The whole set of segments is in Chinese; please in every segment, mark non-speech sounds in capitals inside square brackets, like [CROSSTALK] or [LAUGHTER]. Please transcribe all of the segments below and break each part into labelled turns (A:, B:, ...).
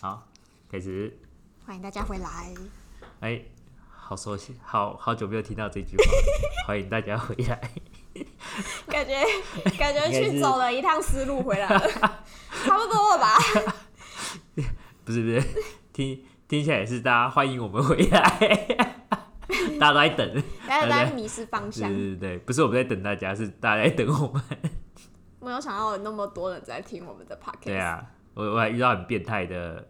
A: 好，开始。
B: 欢迎大家回来。
A: 哎、好熟悉，好好久没有听到这句话，欢迎大家回来。 [LAUGHS]
B: 感 [LAUGHS] 觉感觉
A: 应该是
B: 去走了一趟思路回来了， [LAUGHS] 差不多了吧？
A: 不是不是，听听起来是大家欢迎我们回来，大家都在等。
B: 大家都在迷失方
A: 对
B: 向，
A: 对对，不是我们在等大家，是大家在等我们。
B: 没有想到有那么多人在听我们的 podcast。
A: 对，啊，我我还遇到很变态的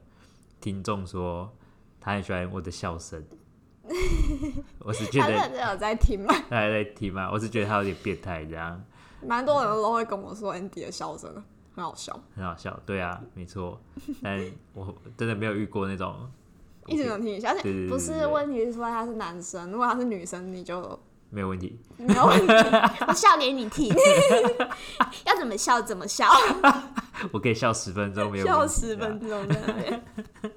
A: 听众说，他很喜欢我的笑声。我是觉
B: 他
A: 得
B: 认真有在听 [LAUGHS] 吗？
A: 他还在听吗？我是觉得他有点变态，这样
B: 蛮多人都会跟我说 Andy 的笑声很好笑，
A: 很好笑。对啊，没错，但我真的没有遇过那种
B: 一直想听一下。而
A: 对对
B: 且
A: 对
B: 不
A: 对
B: 是
A: 对
B: 问题是说他是男生，如果他是女生，你就
A: 没有问题。 [LAUGHS]
B: 没有 [LAUGHS] 问题。我笑给你听，要怎么笑怎么笑，
A: 我可以笑十分钟，没有
B: 笑
A: 问题
B: 十分
A: 啊。
B: 钟在那
A: [LAUGHS]
B: 边。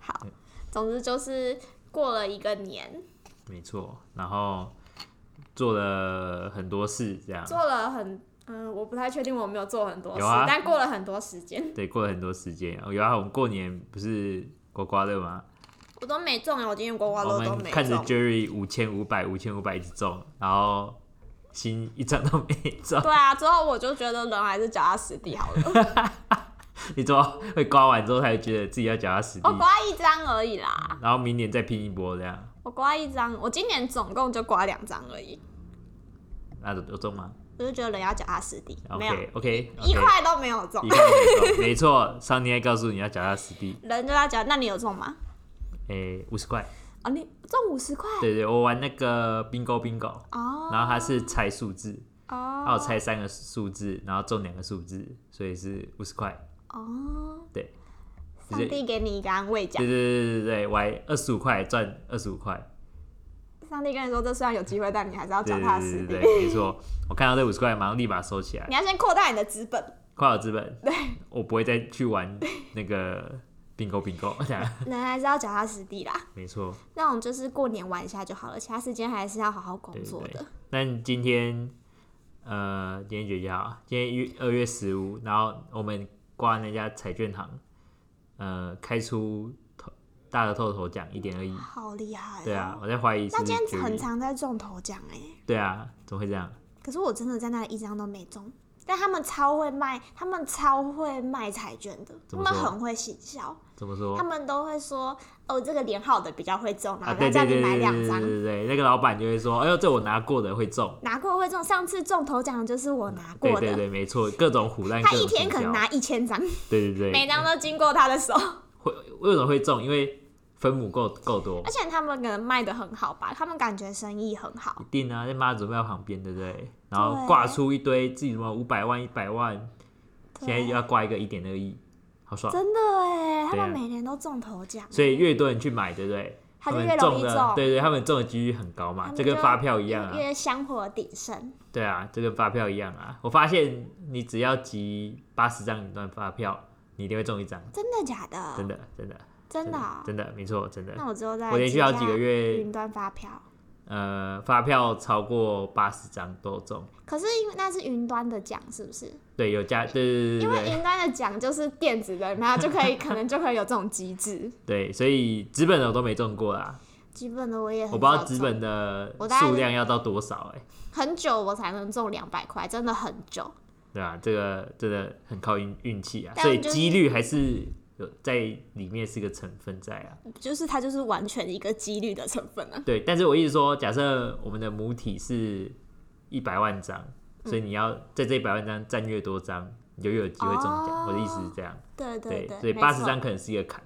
B: 好，总之就是过了一个年，
A: 没错，然后做了很多事，这样
B: 做了很，嗯，我不太确定我有没有做很多事，
A: 有啊
B: 但过了很多时间，
A: 对，过了很多时间。哦有啊，我们过年不是刮刮乐吗？
B: 我都没中，啊我今天刮刮
A: 我
B: 乐都
A: 们
B: 没
A: 看着
B: 中。
A: Jerry 五千五百五千五百一直中，然后心一张都没中， [LAUGHS]
B: 对啊，之后我就觉得人还是脚踏实地好了。
A: 你知道会刮完之后才觉得自己要脚踏实地
B: 我，哦刮一张而已啦，
A: 然后明年再拼一波这样。
B: 我刮一张，我今年总共就刮两张而已。
A: 那有有中吗
B: 我就觉得人要脚踏实地，没有
A: ？OK OK，
B: 一块都没有中
A: 一，块没中，没错，上天还告诉你要脚踏实地。
B: 人就要脚。那你有中吗？
A: 诶，五十块，
B: 啊，你中五十块
A: 对对，我玩那个 bingo bingo，
B: 哦
A: 然后它是猜数字，然
B: 哦
A: 后我猜三个数字，然后中两个数字，所以是五十块。
B: 哦，
A: 对，
B: 上帝给你一个安慰奖
A: 对对。对对对，我还二十五块赚二十五块，
B: 上帝跟你说，这虽然有机会，但你还是要脚
A: 对
B: 踏
A: 对
B: 实
A: 对对
B: 地。
A: 对，没错。我看到这五十块，马上立马收起来
B: 你，要先扩大你的资本。
A: 快有资本。对，我不会再去玩那个 bingo bingo，这样
B: 人还是要脚踏实地啦，
A: 没错。
B: 那种就是过年玩一下就好了，其他时间还是要好好工
A: 对
B: 作
A: 对
B: 的。
A: 对。 [LAUGHS] 那今天，呃，今天几月几号？今天一二月十五，然后我们挂那家彩券行，呃，开出头大的透头奖一点二亿。
B: 好厉害、哦！
A: 对啊，，我在怀疑是
B: 哎那
A: 不是
B: 今天
A: Jerry
B: 很常在中头奖哎、
A: 对啊，怎么会这样？
B: 可是我真的在那里一张都没中。但他们超会卖，他们超会卖彩券的，他
A: 怎么
B: 们
A: 说
B: 很会行销，
A: 怎么说
B: 他？们都会说哦，这个连号的比较会中，然
A: 啊，
B: 后再
A: 对
B: 叫
A: 对
B: 你
A: 对
B: 买
A: 对
B: 两
A: 对对
B: 张，
A: 对对，那个老板就会说：“哎呦，这我拿过的会中。
B: 拿过会中。上次中头奖的就是我拿”过
A: 对
B: 的，
A: 对对，
B: [LAUGHS]
A: 没错，各种虎烂，
B: 他
A: 各
B: 一
A: 种
B: 天
A: 行
B: 可能
A: 销
B: 拿一千张，
A: 对对
B: 每
A: 对，
B: 张都经过他的手， [LAUGHS] 而
A: 会为什么会中？因为分母够够多，
B: 且他们可能卖的很好吧，他们感觉生意很好。
A: 一定啊，在妈祖庙旁边，对不对？然
B: 对
A: 后挂出一堆自己什么五百万、一百万，现在
B: 对啊
A: 要挂一个一点二亿，好爽。
B: 真的哎，他
A: 对啊
B: 们每年都中头奖，欸
A: 所以越多人去买，对不对？
B: 他就
A: 们
B: 越容易
A: 的，
B: 中
A: 对对，他们中的几率很高嘛，
B: 他
A: 这
B: 们
A: 跟
B: 就
A: 发票一样啊。
B: 越香火鼎盛。
A: 对啊，这跟发票一样啊。我发现你只要集八十张云端发票，你一定会中一张，
B: 真的假的？
A: 真的，真的，
B: 真的啊、
A: 真的，没错，真的。
B: 那我之后再
A: 我连续好几
B: 记一
A: 个
B: 下
A: 月，
B: 云端发票，
A: 呃，发票超过八十张都中。
B: 可是因为那是云端的奖，是不是？
A: 对，有加，对对对
B: 因
A: 对
B: 为
A: 对
B: 云端的奖就是电子的，然后就可以可能就可以有这种机制。
A: 对，所以资本的我都没中过啦。
B: 基本的我也很
A: 我不知道
B: 少
A: 资
B: 中
A: 本的
B: 我大概
A: 数量要到多少哎、
B: 很久我才能中两百块，真的很久。
A: 对啊，这个真的很靠运运气啊，
B: 但
A: 所以
B: 就是
A: 几率还是有在里面是个成分在啊。
B: 就是它就是完全一个几率的成分啊。
A: 对，但是我一直说，假设我们的母体是一百万张，所以你要在这一百万张占越多张，你就越有机会中奖。
B: 哦
A: 我的意思是这样，
B: 对对，哦
A: 所以八十张，可能是一个坎，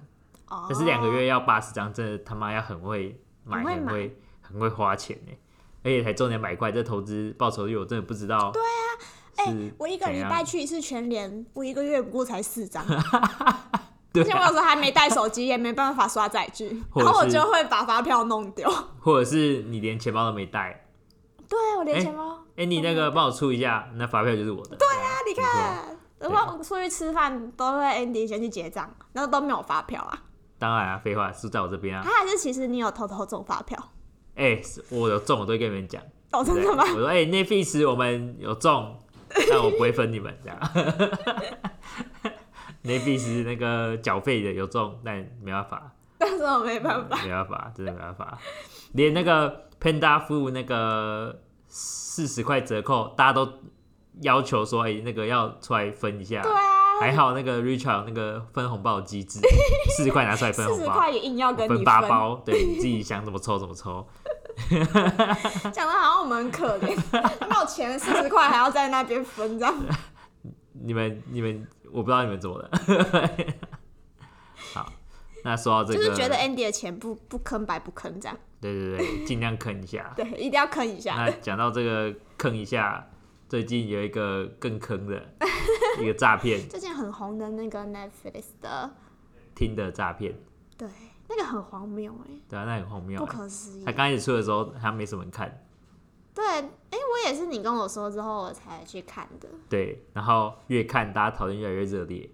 A: 但是两个月要八十张，真的他妈要很会买，
B: 很会
A: 很
B: 买
A: 会很会花钱呢、而且才中两百块，这投资报酬率我真的不知道。对啊，
B: 哎、我一个礼拜去一次全联，我一个月不过才四
A: [LAUGHS]
B: 张。
A: 啊
B: 而且我有时候还没带手机，也没办法刷载具，
A: [LAUGHS] 或
B: 然
A: 者
B: 后我
A: 是
B: 就会把发票弄丢。
A: 或者是你连钱包都没带。
B: 对，我连
A: 哎
B: 钱包。
A: 哎、你那个帮我出一下，那发票就是我的。对啊
B: 嗯啊，你看，然后我出去吃饭都会 Andy 先去结账，然后都没有发票啊。
A: 当然啊，废话是在我这边啊。
B: 他还是其实你有偷偷中发票，
A: 哎、是我有中，我都会跟你们讲。
B: 哦，真
A: 对
B: 的吗？
A: 我说哎、n e t f l i [LAUGHS] x 我们有中，但我不会分你们这样。那必是那个缴费的有中，但没办
B: [LAUGHS]
A: 法，
B: [LAUGHS] 但是我没办法。
A: 没办法，真的没办法。连那个 Panda 付那个四十块折扣，大家都要求说，哎、那个要出来分一下。
B: 对啊，
A: 还好那个 Richard 那个分红包的机
B: [LAUGHS]
A: 制，四十块拿出来分
B: 四
A: 红
B: 十
A: 包，
B: 块也硬要
A: 我
B: 跟你
A: 分八包，对，你自己想怎么抽怎么抽。
B: 讲的好像我们很可怜，
A: [LAUGHS]
B: 没有钱四十块还要在那边分，这样
A: 你们你们，我不知道你们怎么了。 [LAUGHS] 好，那说到这
B: 就
A: 个，
B: 是觉得哎 Andy 的钱不不坑白不坑，这样
A: 对对对，尽量坑
B: [LAUGHS]
A: 一下。
B: 对，一定要坑一下。
A: 那讲到这个坑一下，最近有一个更坑
B: [LAUGHS]
A: 的一个诈骗，
B: 最近很红的那个 Netflix 的，
A: 听的诈骗，
B: 对，那个很荒谬哎、
A: 对啊，那很荒谬
B: 不
A: 啊。
B: 可思议
A: 他。刚开始出的时候，他没什么人看，
B: 对，哎、我也是你跟我说之后我才去看的。
A: 对，然后越看大家讨论越来越热烈。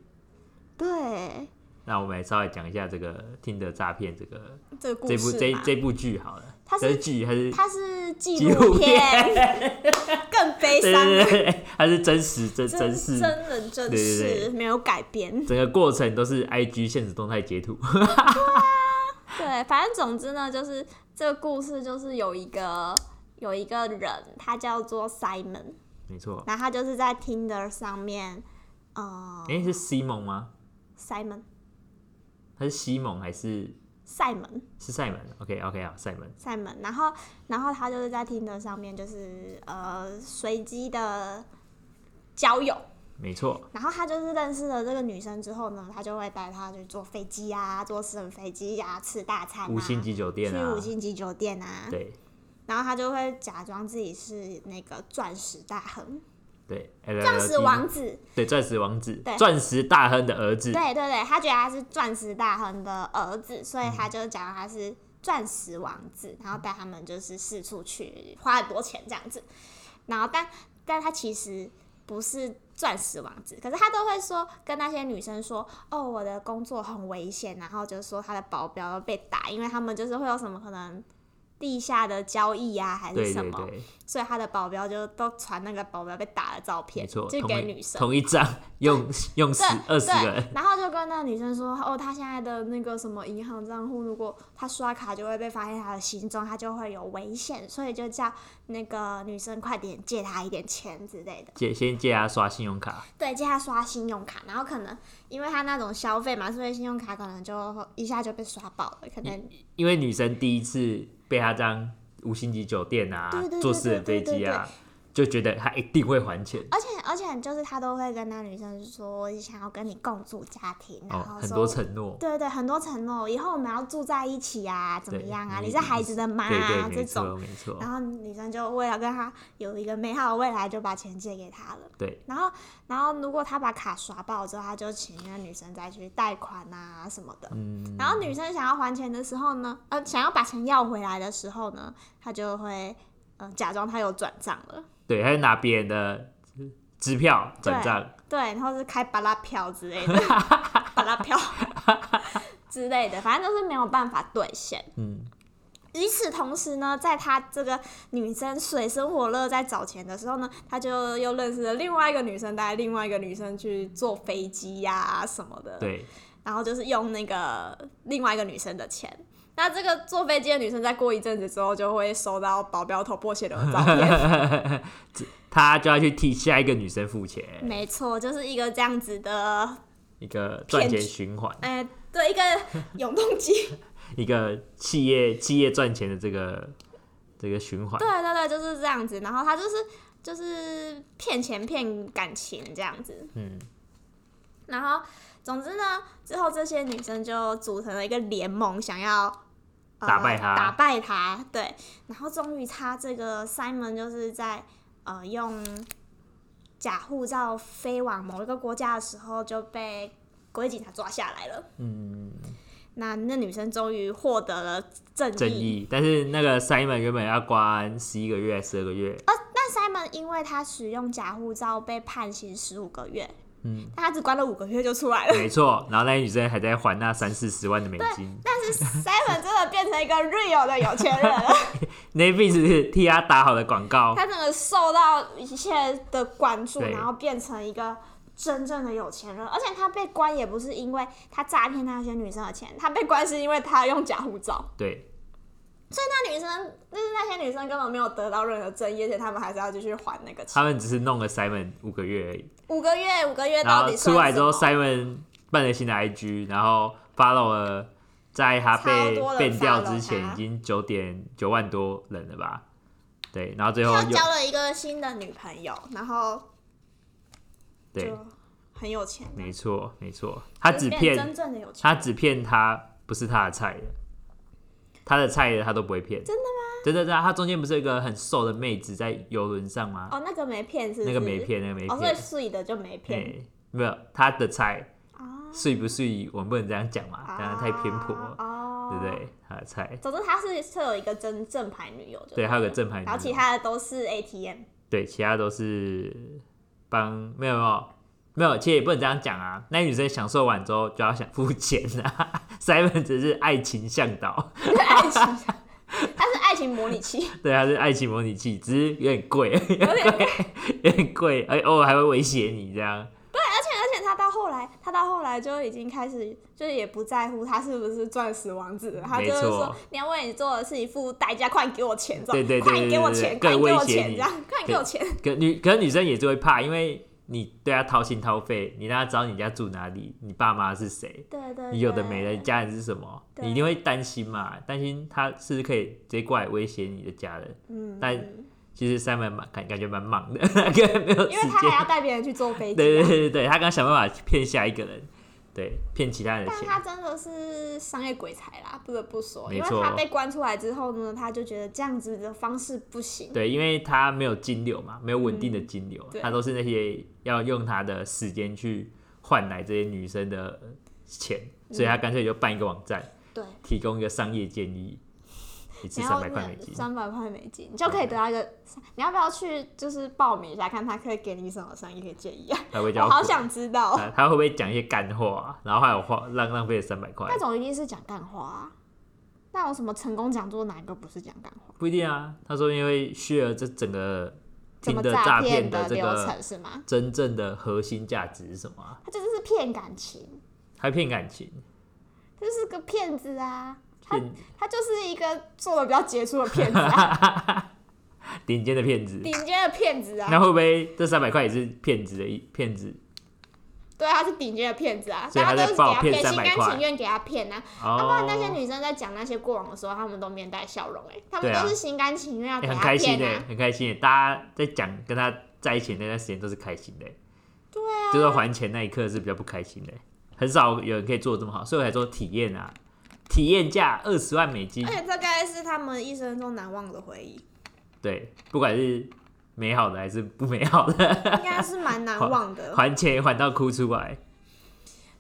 B: 对，
A: 那我们来稍微讲一下这个听的诈骗这个
B: 这个故
A: 这
B: 事
A: 部
B: 嘛
A: 这这部剧好了，
B: 它
A: 这
B: 是
A: 是剧还是
B: 它是纪
A: 纪
B: 录
A: 录片
B: 片，更悲
A: 对
B: 伤，
A: 对对对，还是真实真
B: 真
A: 真实
B: 真人真
A: 对对
B: 事，
A: 对
B: 没有改编。
A: 整个过程都是 I G 现实动态截图， [LAUGHS]
B: 对，反正总之呢，就是这个故事就是有一个有一个人，他叫做 Simon，
A: 没错。
B: 然后他就是在 Tinder 上面，呃
A: 诶，是西蒙吗？
B: ，Simon
A: 他是西蒙还是
B: 塞门
A: 是塞门？OK OK 啊，塞门。
B: 塞门，然后然后他就是在 Tinder 上面就是呃随机的交友，
A: 没错，
B: 然后他就是认识了这个女生之后呢，他就会带她去坐飞机啊，坐私人飞机啊，吃大餐啊，
A: 五星级酒店
B: 去
A: 啊
B: 五，星级酒店啊，
A: 对
B: 然后他就会假装自己是那个钻石大亨、
A: 对，
B: 钻
A: 钻
B: 石王，子，
A: 对，钻石王子
B: 对，
A: 钻石大亨的儿子，
B: 对对对，他觉得他是钻石大亨的儿子，所以
A: 嗯
B: 他就假装他是钻石王子，然后带他们就是四处去，花很多钱这样子。然后但但他其实不是钻石王子，可是他都会说跟那些女生说，哦，我的工作很危险，然后就说他的保镖被打，因为他们就是会有什么可能地下的交易啊，还是
A: 对
B: 什
A: 对
B: 么，
A: 对，
B: 所以他的保镖就都传那个保镖被打的照
A: 没
B: 片，
A: 错，
B: 就
A: 同
B: 给
A: 一
B: 女生。
A: 同一张用用十
B: 对
A: 二十个人，
B: 对，然后就跟那个女生说，哦，她现在的那个什么银行账户，如果她刷卡就会被发现她的行踪，她就会有危险，所以就叫那个女生快点借她一点钱之类的，
A: 借先借他刷信用卡，
B: 对，借她刷信用卡，然后可能因为她那种消费嘛，所以信用卡可能就一下就被刷爆了，可能
A: 因为女生第一次被他这样五星级酒店啊
B: 对对对，
A: 坐私人飞机啊，就觉得他一定会还钱。
B: 而且而且就是她都会跟那女生说想要跟你共住家庭，然
A: 哦，
B: 后
A: 很
B: 说
A: 多承诺，
B: 对对，很多承诺，以后我们要住在一起啊，怎么
A: 对
B: 样啊？
A: 你
B: 你是孩子的妈
A: 对
B: 啊，这
A: 对，没
B: 种。
A: 错没错，
B: 然后女生就为了跟他有一个美好的未来，就把钱借给他了。
A: 对，
B: 然后，然后如果他把卡刷爆之后，他就请那女生再去贷款啊什么的。
A: 嗯，
B: 然后女生想要还钱的时候呢，呃，想要把钱要回来的时候呢，他就会呃假装他有转账了，
A: 对，还是拿别人的支票转账，
B: 对，然后是开巴拉票之
A: [LAUGHS]
B: 类的，巴拉票之类的，反正就是没有办法兑现。
A: 嗯，
B: 与此同时呢，在她这个女生水深火热在找钱的时候呢，她就又认识了另外一个女生，带另外一个女生去坐飞机呀、什么的。。
A: 对，
B: 然后就是用那个另外一个女生的钱。那这个坐飞机的女生，在过一阵子之后，就会收到保镖头破血流的照片。
A: 他就要去替下一个女生付钱，
B: 没错，就是一个这样子的，
A: 一个赚钱
B: 骗
A: 循环，
B: 哎、对，一个 [LAUGHS] 永动机。
A: 一个企业企业赚钱的这个这个循环，
B: 对对对，就是这样子。然后她就是就是骗钱骗感情这样子。
A: 嗯，
B: 然后，总之呢，之后这些女生就组成了一个联盟，想要、呃
A: 打败他
B: 打败他。对，然后终于他这个 Simon 就是在呃用假护照飞往某一个国家的时候就被国际警察抓下来了。嗯，那那女生终于获得了正义。
A: 正义。但是那个 Simon 原本要关十一个月、十二个月，
B: 那 Simon 因为他使用假护照被判刑十五个月，
A: 嗯，
B: 但他只关了五个月就出来了。 [LAUGHS]
A: 没错。然后那些女生还在还那三四十万的美金，
B: 但是 Simon 真的变成一个 real 的有钱人了。
A: 那 b 是替他打好的广告，
B: 他整个受到一切的关注，
A: 对
B: 然后变成一个真正的有钱人，而且他被关也不是因为他诈骗那些女生的钱，他被关是因为他用假护照。
A: 对
B: 那女生就是那些女生根本没有得到任何正义，而且他们还是要继续还那个钱。
A: 他们只是弄了 Simon 五个月而已，
B: 五个月，五个月
A: 然
B: 到
A: 后
B: 底
A: 出来之后
B: 算什么
A: ，Simon 办了新的 IG，然后 follow 了，在他被
B: 超多人
A: 变掉之
B: follow
A: 前
B: 他
A: 已经九点九万多人了吧？对，然后最后
B: 他又
A: 又
B: 交了一个新的女朋友，然后
A: 对
B: 就，很有钱，
A: 没错没错，他
B: 就
A: 只
B: 是变
A: 骗
B: 真正的有钱
A: 他
B: 人。
A: 只骗他不是他的菜的，他的菜的他都不会骗。
B: 真
A: 的吗？对对对啊，他中间不是有一个很瘦的妹子在游轮上吗？
B: 哦，那个没骗是不是
A: 那个没，骗，那个没
B: 哦，所以
A: 骗。
B: 碎的就没骗
A: 嘿没有他的菜
B: 啊，
A: 睡不睡，我们不能这样讲嘛，当然太偏颇，
B: 啊
A: 了，
B: 哦，
A: 对不？对？他的菜，
B: 总之他是是有一个真正牌女友，就
A: 对，还有个正牌女
B: 然后其
A: 友，
B: 他的都是 [LAUGHS] ATM，
A: 对，其他都是帮没有没有。没有，其实也不能这样讲啊。那女生享受完之后就要想付钱啊。Simon 只是爱情向导，
B: 爱情，他是爱情模拟
A: [LAUGHS]
B: 器，
A: 对，它是爱情模拟器，只是有点贵，有
B: 点
A: 贵，有点贵，而且偶尔还会威胁你这样。
B: 而且他到后来，他到后来就已经开始，就是也不在乎他是不是钻石王子了，他就是
A: 没错
B: 说你要为你做的事情付出代价，快点给我钱，这样，
A: 对对对
B: 快点给我
A: 对对
B: 钱，
A: 对
B: 快点给我
A: 更威胁
B: 钱，
A: 你
B: 这样，快点给我钱，
A: 可女可是女生也是会怕，因为你对她掏心掏肺，你让她知道你家住哪里，你爸妈是谁，
B: 对对对，
A: 你有的没的，你家人是什么，
B: 对
A: 你一定会担心嘛，担心她是不是可以直接过来威胁你的家人。
B: 嗯，
A: 但
B: 嗯
A: 其实 Simon 蛮感感觉蛮忙的， [LAUGHS] 根本没有
B: 因
A: 时
B: 为他还
A: 间。
B: 要带别人去坐飞机，
A: 对对对对对，他刚想办法骗下一个人，对，骗其他人的
B: 但
A: 钱。
B: 他真的是商业鬼才啦，不得不说，
A: 没
B: 因为
A: 错
B: 他被关出来之后呢，他就觉得这样子的方式不行，
A: 对，因为他没有金流嘛，没有稳定的金流，
B: 嗯对
A: 他都是那些要用他的时间去换来这些女生的钱，
B: 嗯
A: 所以他干脆就办一个网站，
B: 对，
A: 提供一个商业建议，一次
B: 你
A: 三
B: 要
A: 百块美金。嗯
B: 三百块美金，你就可以得到一个，你要不要去就是报名一下，看他可以给你什么商业建议啊？
A: 他会叫
B: 我好想知道哦。
A: 他他会不会讲一些干话啊、然后还有花浪浪费了三百块，
B: 那种一定是讲干话、啊。那有什么成功讲座哪一个不是讲干话？
A: 不一定啊。他说因为 share 这整个
B: 怎
A: 听
B: 么
A: 的
B: 诈
A: 骗
B: 的
A: 这
B: 流
A: 个
B: 程是吗？
A: 真正的核心价值是什么、啊？
B: 他这就是骗感情，
A: 还骗感情，
B: 他就是个骗子啊！他
A: 骗 [LAUGHS]
B: 他就是一个做的比较杰出的骗子、啊， [LAUGHS]
A: 顶尖的骗子。
B: 顶尖的骗子啊！
A: 那会不会这三百块也是骗子的一骗子？
B: 对，啊他是顶尖的骗子啊！
A: 所以
B: 大
A: 他
B: 家
A: 在
B: 都是给
A: 报
B: 他
A: 骗
B: 骗，心
A: 300
B: 甘
A: 块
B: 情愿给他骗啊！要、不
A: 哦
B: 然那些女生在讲那些过往的时候，他们都面带笑容、欸，哎，他们
A: 对啊
B: 都是心甘情愿要
A: 欸
B: 给
A: 很
B: 他
A: 开心
B: 骗
A: 的、
B: 啊！
A: 很开心的、欸大家在讲跟他在一起的那段时间都是开心的、欸
B: 对
A: 啊，就是还钱那一刻是比较不开心的、欸很少有人可以做的这么好，所以我才说体验啊，体验价二十万美金
B: 而，且这该是他们一生中难忘的回忆，
A: 对，不管是美好的还是不美好的，
B: 应该是蛮难忘的。
A: [LAUGHS] 还钱还到哭出来，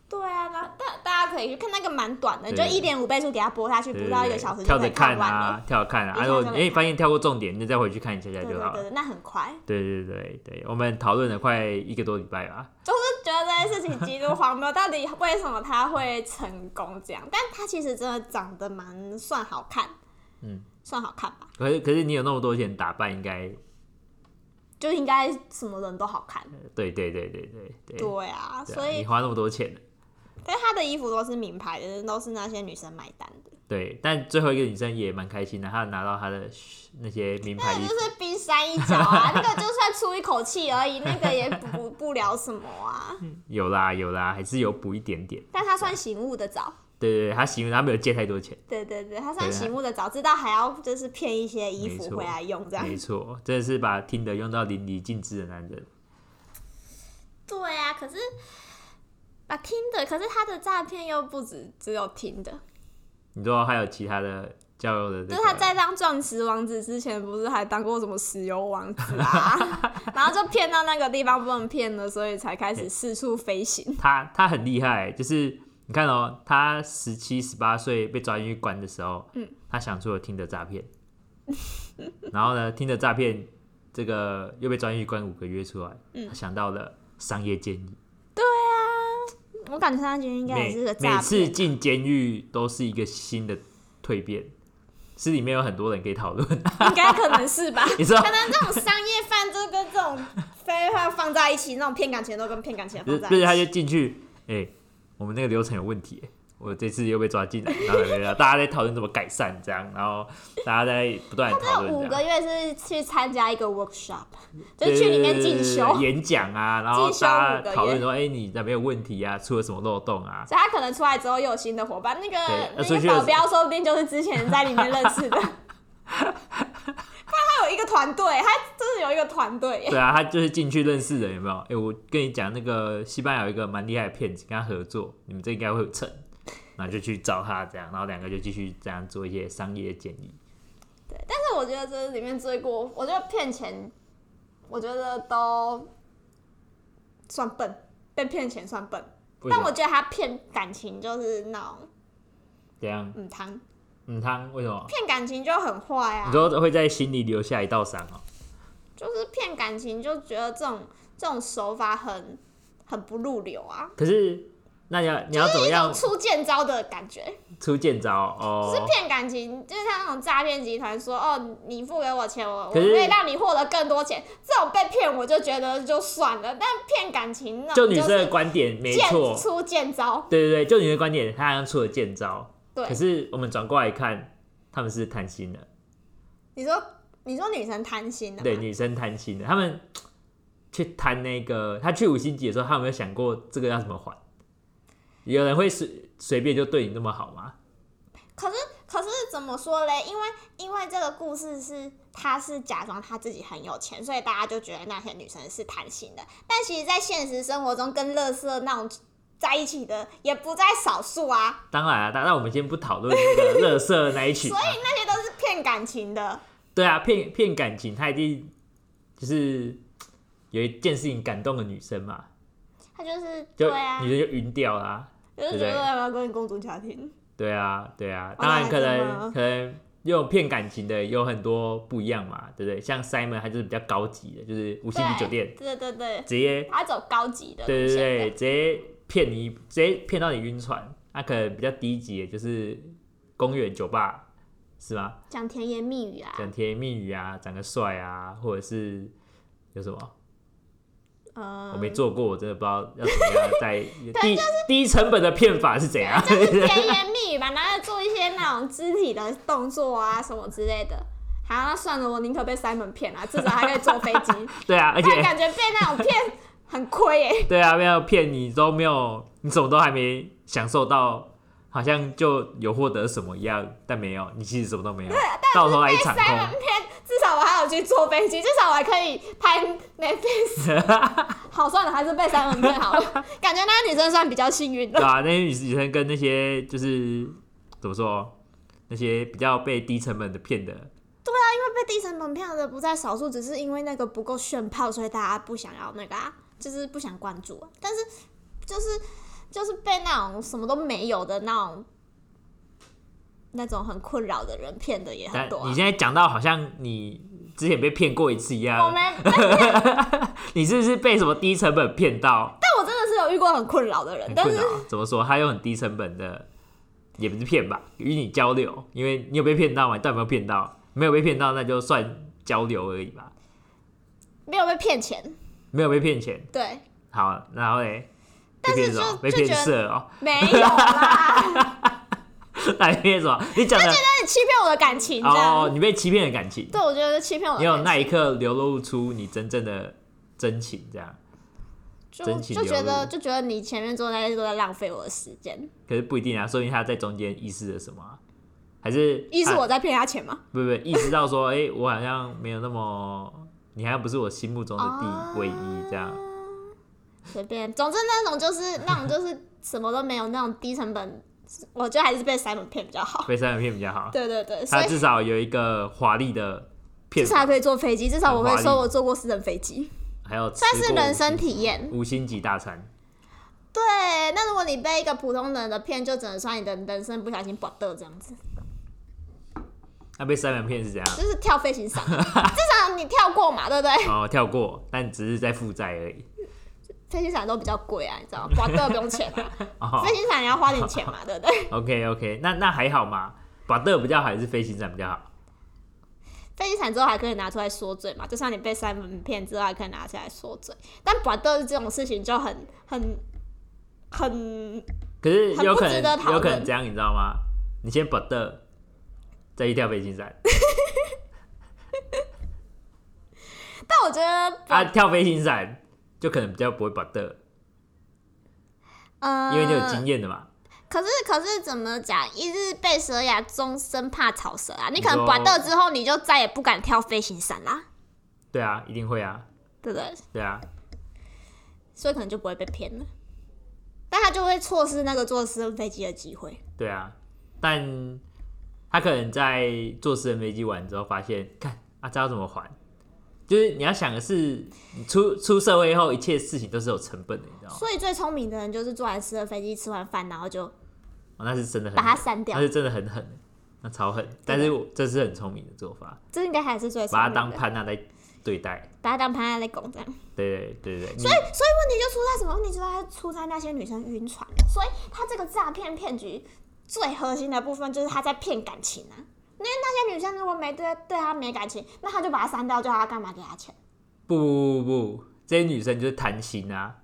B: 对啊，然后大大家可以去看那个蛮短的，
A: 对
B: 就一点五倍速给它播下去，
A: 对
B: 不
A: 对
B: 到一
A: 对
B: 个小时就
A: 跳
B: 可
A: 着
B: 以看
A: 看
B: 完了。
A: 啊，跳着看啊，
B: 一
A: 然
B: 下
A: 后
B: 就可以
A: 哎发现跳过重点，你再回去看一啊下下
B: 对
A: 就
B: 对
A: 好
B: 对，
A: 了。
B: 对那很快，
A: 对对对对，我们讨论了快一个多礼拜吧。
B: 就是觉得这件事情极度荒谬，到底为什么他会成功这样？但他其实真的长得蛮算好看，
A: 嗯，
B: 算好看吧，
A: 可是可是你有那么多钱打扮，应该
B: 就应该什么人都好看。
A: 呃对对对对对对。
B: 对啊，
A: 对啊
B: 所
A: 你
B: 以
A: 花那么多钱，
B: 但他的衣服都是名牌的，都是那些女生买单的，
A: 对，但最后一个女生也蛮开心的，她拿到她的那些名牌
B: 那个
A: 衣服
B: 就，是冰山一角
A: [LAUGHS]
B: 啊，那个就算出一口气而已，那个也补不了什么
A: [LAUGHS]
B: 啊。
A: 有啦有啦，还是有补一点点。
B: 但他算醒悟的早。
A: 对对对，她形容她没有借太多钱，
B: 对对对，他
A: 对
B: 算
A: 他
B: 醒悟的早，知道还要就是骗一些衣
A: 没
B: 服
A: 错
B: 回来用这样。
A: 没错，真的是把听的用到淋漓尽致的男人。
B: 对啊，可是把听的，可是他的诈骗又不止只有听的，
A: 你知道还有其他的交友的、那
B: 就
A: 个
B: 是他在当钻石王子之前，不是还当过什么石油王子啊，然后就骗到那个地方不能骗了，所以才开始四处飞行。
A: 他他很厉害，就是你看哦，他十七十八岁被抓进去关的时候，
B: 嗯，
A: 他想出了听的诈骗，然后呢，听的诈骗这个又被抓进去关五个月出来，嗯，他想到了商业建议，
B: 我感觉他今天应该也
A: 每
B: 是个
A: 每
B: 诈
A: 次
B: 骗。啊
A: 进监狱都是一个新的蜕变，是里面有很多人可以讨论，啊
B: 应该可能是吧？
A: [LAUGHS] 你知道
B: 可能这种商业犯这跟这种非要放在一起，那种骗感情的都跟骗感情的
A: 不
B: 放
A: 是
B: 在
A: 不是，他
B: 一起。
A: 就进去，哎、我们那个流程有问题、我这次又被抓进来，然后大家在讨论怎么改善这样，然后大家在不断地讨论
B: 五
A: 这
B: 个
A: 样。
B: 月是去参加一个 workshop，就是去里面进修，
A: 对对对对对演讲啊，然后
B: 进修
A: 大
B: 五
A: 家
B: 个
A: 讨论
B: 月
A: 说，哎、你哪边有问题啊？出了什么漏洞啊？
B: 所以他可能出来之后又有新的伙伴。那个
A: 对那出
B: 那
A: 去
B: 个
A: 的
B: 保镖说不定就是之前在里面认
A: [LAUGHS]
B: 识的，不然他有一个团队，他真的有一个团队耶。
A: [LAUGHS] 对啊，他就是进去认识人，有没有？哎、我跟你讲，那个西班牙有一个蛮厉害的骗子，跟他合作，你们这应该会有成。然后就去找他这样，然后两个就继续这样做一些商业建议。
B: 但是我觉得这是里面最过，我觉得骗钱，我觉得都算笨，被骗钱算笨。
A: 为什
B: 但
A: 么
B: 我觉得他骗感情就是那种
A: 怎样？
B: 嗯汤，
A: 嗯，他为什么？
B: 骗感情就很坏啊
A: 你。说会在心里留下一道伤哦、
B: 就是骗感情就觉得这种这种手法很很不入流啊，
A: 可是那你要你要怎么
B: 一
A: 样
B: 种出剑招的感觉。
A: 出剑招
B: 就是
A: 哦？
B: 骗感情，就是他那种诈骗集团说哦，你付给我钱，我我
A: 可是
B: 会让你获得更多钱。这种被骗我就觉得就算了，但骗感情那
A: 就
B: 种
A: 女生
B: 是
A: 的观点没
B: 见
A: 错，
B: 出见招，
A: 对对对，就女生的观点，她好像出了剑招。
B: 对
A: 可是我们转过来看，他们是贪心的。
B: 你说你说女生贪心的，啊
A: 对，，女生贪心的，他们去贪那个，他去五星级的时候，他有没有想过这个要怎么还？有人会随随便就对你那么好吗？
B: 可是可是怎么说嘞？因为因为这个故事是他是假装他自己很有钱，所以大家就觉得那些女生是贪心的。但其实，在现实生活中跟乐色那种在一起的也不在少数啊，
A: 当然啊，当然我们先不讨论那个乐色那一
B: [LAUGHS]
A: 群、啊，
B: 那些都是骗感情的。
A: 对啊，骗骗感情，他一定就是有一件事情感动了女生嘛，
B: 他就是
A: 就
B: 对啊，
A: 女生就晕掉啦、
B: 就是
A: 对不
B: 觉
A: 对
B: 得我要跟公主家庭，
A: 对啊，对啊，
B: 哦
A: 当然可
B: 那还真
A: 能
B: 的
A: 可能用骗感情的有很多不一样嘛，对不对？像 Simon 他就是比较高级的，就是五星级酒店
B: 对对对，
A: 直接
B: 他走高级的
A: 对
B: 路
A: 对
B: 线
A: 对，
B: 的，
A: 直接骗你，直接骗到你晕船。那、可能比较低级，的就是公园酒吧，是吗？
B: 讲甜言蜜语啊，
A: 讲甜言蜜语啊，长得帅啊，或者是有什么？
B: 嗯，
A: 我没做过，我真的不知道要怎么样
B: [LAUGHS]
A: 在低低成本的骗法是怎样。
B: 甜言蜜语吧，然后做一些那种肢体的动作啊什么之类的。好，那算了，我宁可被 Simon 骗了，至少还可以坐飞机。
A: 对啊，而且
B: 但感觉被那种骗很亏耶、
A: 对啊，没有骗你都没有，你什么都还没享受到，好像就有获得什么一样，但没有，你其实什么都没有，
B: 啊
A: 到头来一场空。
B: Simon 骗，至少我还有去坐飞机，至少我还可以拍 Netflix。好，算了，还是被 Simon 骗好了。感觉那个女生算比较幸运的
A: 对。啊，那些女女生跟那些就是怎么说，那些比较被低成本的骗的，
B: 被低成本骗的不在少数，只是因为那个不够炫炮，所以大家不想要那个、啊，就是不想关注啊。但是就是就是被那种什么都没有的那种那种很困扰的人骗的也很
A: 但
B: 多、啊
A: 你。现在讲到好像你之前被骗过一次一
B: 我
A: 样，
B: 们，但
A: 你是不是被什么低成本骗到？
B: 但我真的是有遇过很困扰的人，
A: 很
B: 但
A: 困
B: 是
A: 扰。怎么说？他用很低成本的，也不是骗吧，与你交流，因为你有被骗到吗？但有没有骗到？没有被骗到，那就算交流而已吧，
B: 没有被骗钱，
A: 没有被骗钱。
B: 对，
A: 好，然后嘞，被
B: 但是
A: 骗什
B: 就
A: 么？被
B: 就
A: 骗
B: 觉得
A: 色哦， [LAUGHS]
B: 没有啦， [LAUGHS]
A: 那你骗什么？你讲的
B: 那你欺骗我的感情这
A: 哦，
B: 样，
A: 你被欺骗的感情。
B: 对，我觉得欺骗我的
A: 你有
B: 感情，
A: 那一刻流露出你真正的真情，这样，
B: 就
A: 真情
B: 就觉
A: 流露
B: 得就觉得你前面做的那些都在浪费我的时间，
A: 可是不一定啊，说明他在中间意识了什么啊、还是
B: 一是
A: 他
B: 我在骗他钱吗？
A: 不不意识到说，哎、我好像没有那么，你好像不是我心目中的
B: 哦
A: 第唯一这样。
B: 啊随便，总之那种就是那种就是什么都没有那种低成本，我觉得还是被 Simon 骗比较
A: [LAUGHS]
B: 好。
A: 被三本骗比较好，
B: 对对对，所
A: 他
B: 以
A: 至少有一个华丽的
B: 至
A: 骗
B: 少
A: 法，
B: 还可以坐飞机，至少我会
A: 很华
B: 说
A: 丽
B: 我坐过私人飞机，
A: 还有
B: 算
A: 吃
B: 是
A: 过
B: 人生体验。
A: 五星级大餐。
B: 对，那如果你被一个普通人的骗，就只能算你的人生不小心不得这样子，
A: 那被三本骗是怎样？
B: 就是跳飞行伞，
A: [LAUGHS]
B: 至少你跳过嘛，对不对？
A: 哦，跳过，但只是在负债而已。
B: 飞行伞都比较贵啊，你知道吗？不得不用钱嘛，
A: [LAUGHS] 哦
B: 飞行伞也要花点钱嘛，对不对？
A: ，OK OK，那那还好嘛，把的比较好还是飞行伞比较好？
B: 被遗产之后还可以拿出来说嘴嘛，就像你被三门骗之后还可以拿起来说嘴，但不都是这种事情就很很很
A: 可是
B: 很不
A: 有可
B: 值得讨论
A: 能有可能这样，你知道吗？你先把的，再去跳北京
B: [LAUGHS]
A: 伞
B: 但我觉得
A: 啊，跳飞行伞就可能比较不会把的，
B: 嗯，
A: 啊因为你有经验的嘛。
B: 可是可是怎么讲？一日被蛇咬，终身怕草蛇啊！你可能
A: 你说
B: 拔到之后，你就再也不敢跳飞行伞啦，
A: 对啊，一定会啊，
B: 对不对？
A: 对啊，
B: 所以可能就不会被骗了，但他就会错失那个坐私人飞机的机会。
A: 对啊。但他可能在坐私人飞机玩之后，发现，看啊，这要怎么还？就是你要想的是，你出出社会后，一切事情都是有成本的，你知道吗？
B: 所以最聪明的人就是坐完私人飞机，吃完饭，然后就
A: 哦、那是真的很
B: 把它
A: 狠
B: 删掉
A: 那。是真的很狠，那超狠。但是我这是很聪明的做法，
B: 这应该还是最聪
A: 把
B: 明
A: 它
B: 的，
A: 当潘娜在对待。
B: 把它当潘安来拱这样。
A: 对对对对，
B: 所以，哎所以问题就出在什么？问题就在出在那些女生晕船。所以，他这个诈骗骗局最核心的部分就是他在骗感情啊。因为那些女生如果没对对他没感情，那他就把他删掉，叫他干嘛给他钱？
A: 不不不不，这些女生就是贪心啊！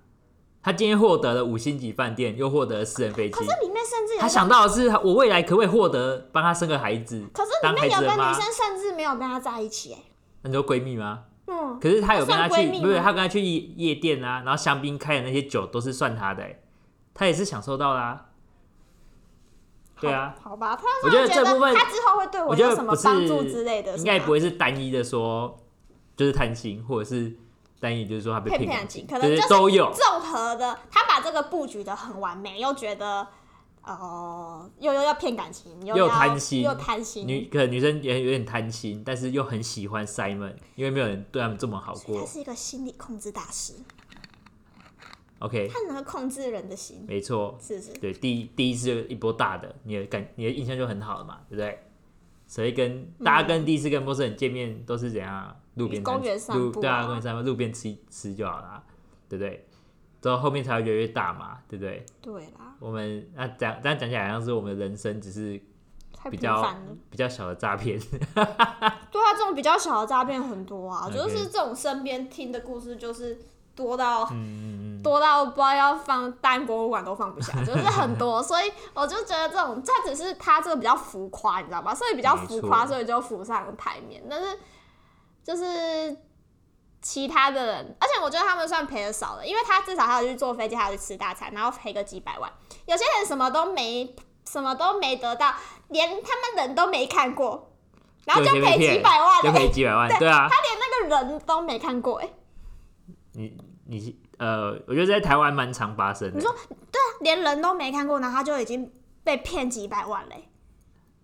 A: 她今天获得了五星级饭店，又获得了私人飞机
B: 可，是里面甚至有
A: 她
B: 个，
A: 想到的是我未来可不可以获得帮她生个孩子，
B: 可是里
A: 当
B: 面
A: 孩
B: 有
A: 子
B: 个
A: 的
B: 女
A: 妈
B: 生。甚至没有跟他在一起、欸，
A: 那你说闺蜜吗？
B: 嗯，
A: 可是她有跟她
B: 她算闺
A: 去
B: 蜜，吗
A: 不是她跟她去夜夜店啊，然后香槟开的那些酒都是算她的、欸，她也是享受到啦、对啊，
B: 好，好吧，他
A: 我觉得
B: 觉
A: 这部分
B: 他之后会对
A: 我觉
B: 有
A: 得
B: 什么
A: 不是
B: 帮助之类的，
A: 应该
B: 是吗
A: 不会是单一的说就是贪心，或者是单一就是说她被
B: 骗
A: 骗
B: 骗
A: 感
B: 情
A: 情，
B: 可能就是
A: 是都有。
B: 综合的，他把这个布局的很完美，又觉得哦、又又要骗感情，又
A: 又
B: 要
A: 贪心
B: 又贪心，
A: 女可能女生也有点贪心，但是又很喜欢 Simon，因为没有人对他们这么好
B: 他
A: 过。
B: 是一个心理控制大师，
A: OK，
B: 他能够控制人的心，
A: 没错，
B: 是不是？
A: 对，第一第一次就一波大的，你的感你的印象就很好了嘛，对不对？所以跟大家跟第一次跟陌生人见面都是怎样啊？路边
B: 嗯公园
A: 散
B: 散
A: 路
B: 步啊
A: 对啊，公园散步，路边吃一吃就好啦，对不对？之后后面才会越来越大嘛，对不对？
B: 对啦，
A: 我们那讲这样讲起来，好像是我们的人生只是
B: 太
A: 比
B: 频
A: 较
B: 繁了。哎
A: 比较小的诈骗，
B: 对啊，这种比较小的诈骗很多啊，
A: OK 嗯
B: 就是这种身边听的故事就是多到。多到不知道要放单博物馆都放不下，就是很多，所以我就觉得这种，这只是他这个比较浮夸，你知道吗？所以比较浮
A: 没
B: 夸，
A: 错
B: 所以就浮上了台面。但是就是其他的人，而且我觉得他们算赔的少了，因为他至少还有去坐飞机，还有去吃大餐，然后赔个几百万。有些人什么都没，什么都没得到，连他们人都没看过，然后就
A: 有些被
B: 赔
A: 骗
B: 几百万了、
A: [LAUGHS] 就赔几百万，对啊。
B: 他连那个人都没看过、欸，
A: 你你呃，我觉得在台湾蛮常发生的。
B: 你说连人都没看过，然后他就已经被骗几百万嘞、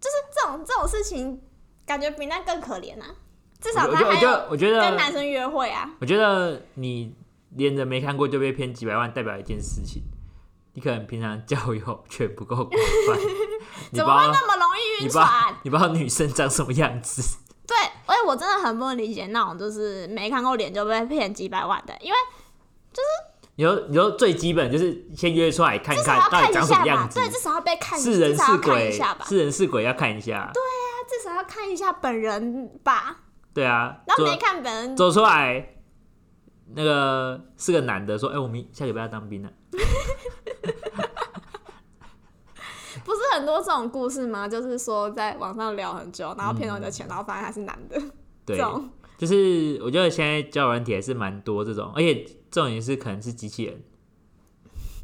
B: 就是这种这种事情，感觉比那更可怜啊。至少
A: 我
B: 他
A: 觉得我
B: 还
A: 觉
B: 有
A: 得我觉
B: 跟
A: 得
B: 男生约会啊。
A: 我觉得你连着没看过就被骗几百万，代表一件事情，你可能平常交友圈不够广泛，
B: [LAUGHS] 怎
A: 你不知
B: 么会
A: 道
B: 那么容易
A: 你
B: 晕
A: 不知道
B: 船？
A: 你不知道女生长什么样子，
B: 对，而且我真的很不能理解那种就是没看过脸就被骗几百万的，因为
A: 你说你说最基本就是先约出来看
B: 至少
A: 看
B: 要看一
A: 到底长什么
B: 下吧
A: 样，子
B: 对，，至少要被看，
A: 是人
B: 至少
A: 是
B: 要看一
A: 鬼
B: 下吧，，
A: 是人是鬼要看一下，
B: 他至少要看一下本人吧。
A: 对啊，
B: 然后
A: 走
B: 没看本人，
A: 走出来。那个是个男的说：“哎、我们下礼拜要当兵了、
B: 不是很多这种故事吗？就是说在网上聊很久，然后骗了你的钱，然后发现他是男的，
A: 嗯对，
B: 这种
A: 就是我觉得现在交友软体还是蛮多这种，而且这种也是可能是机器人，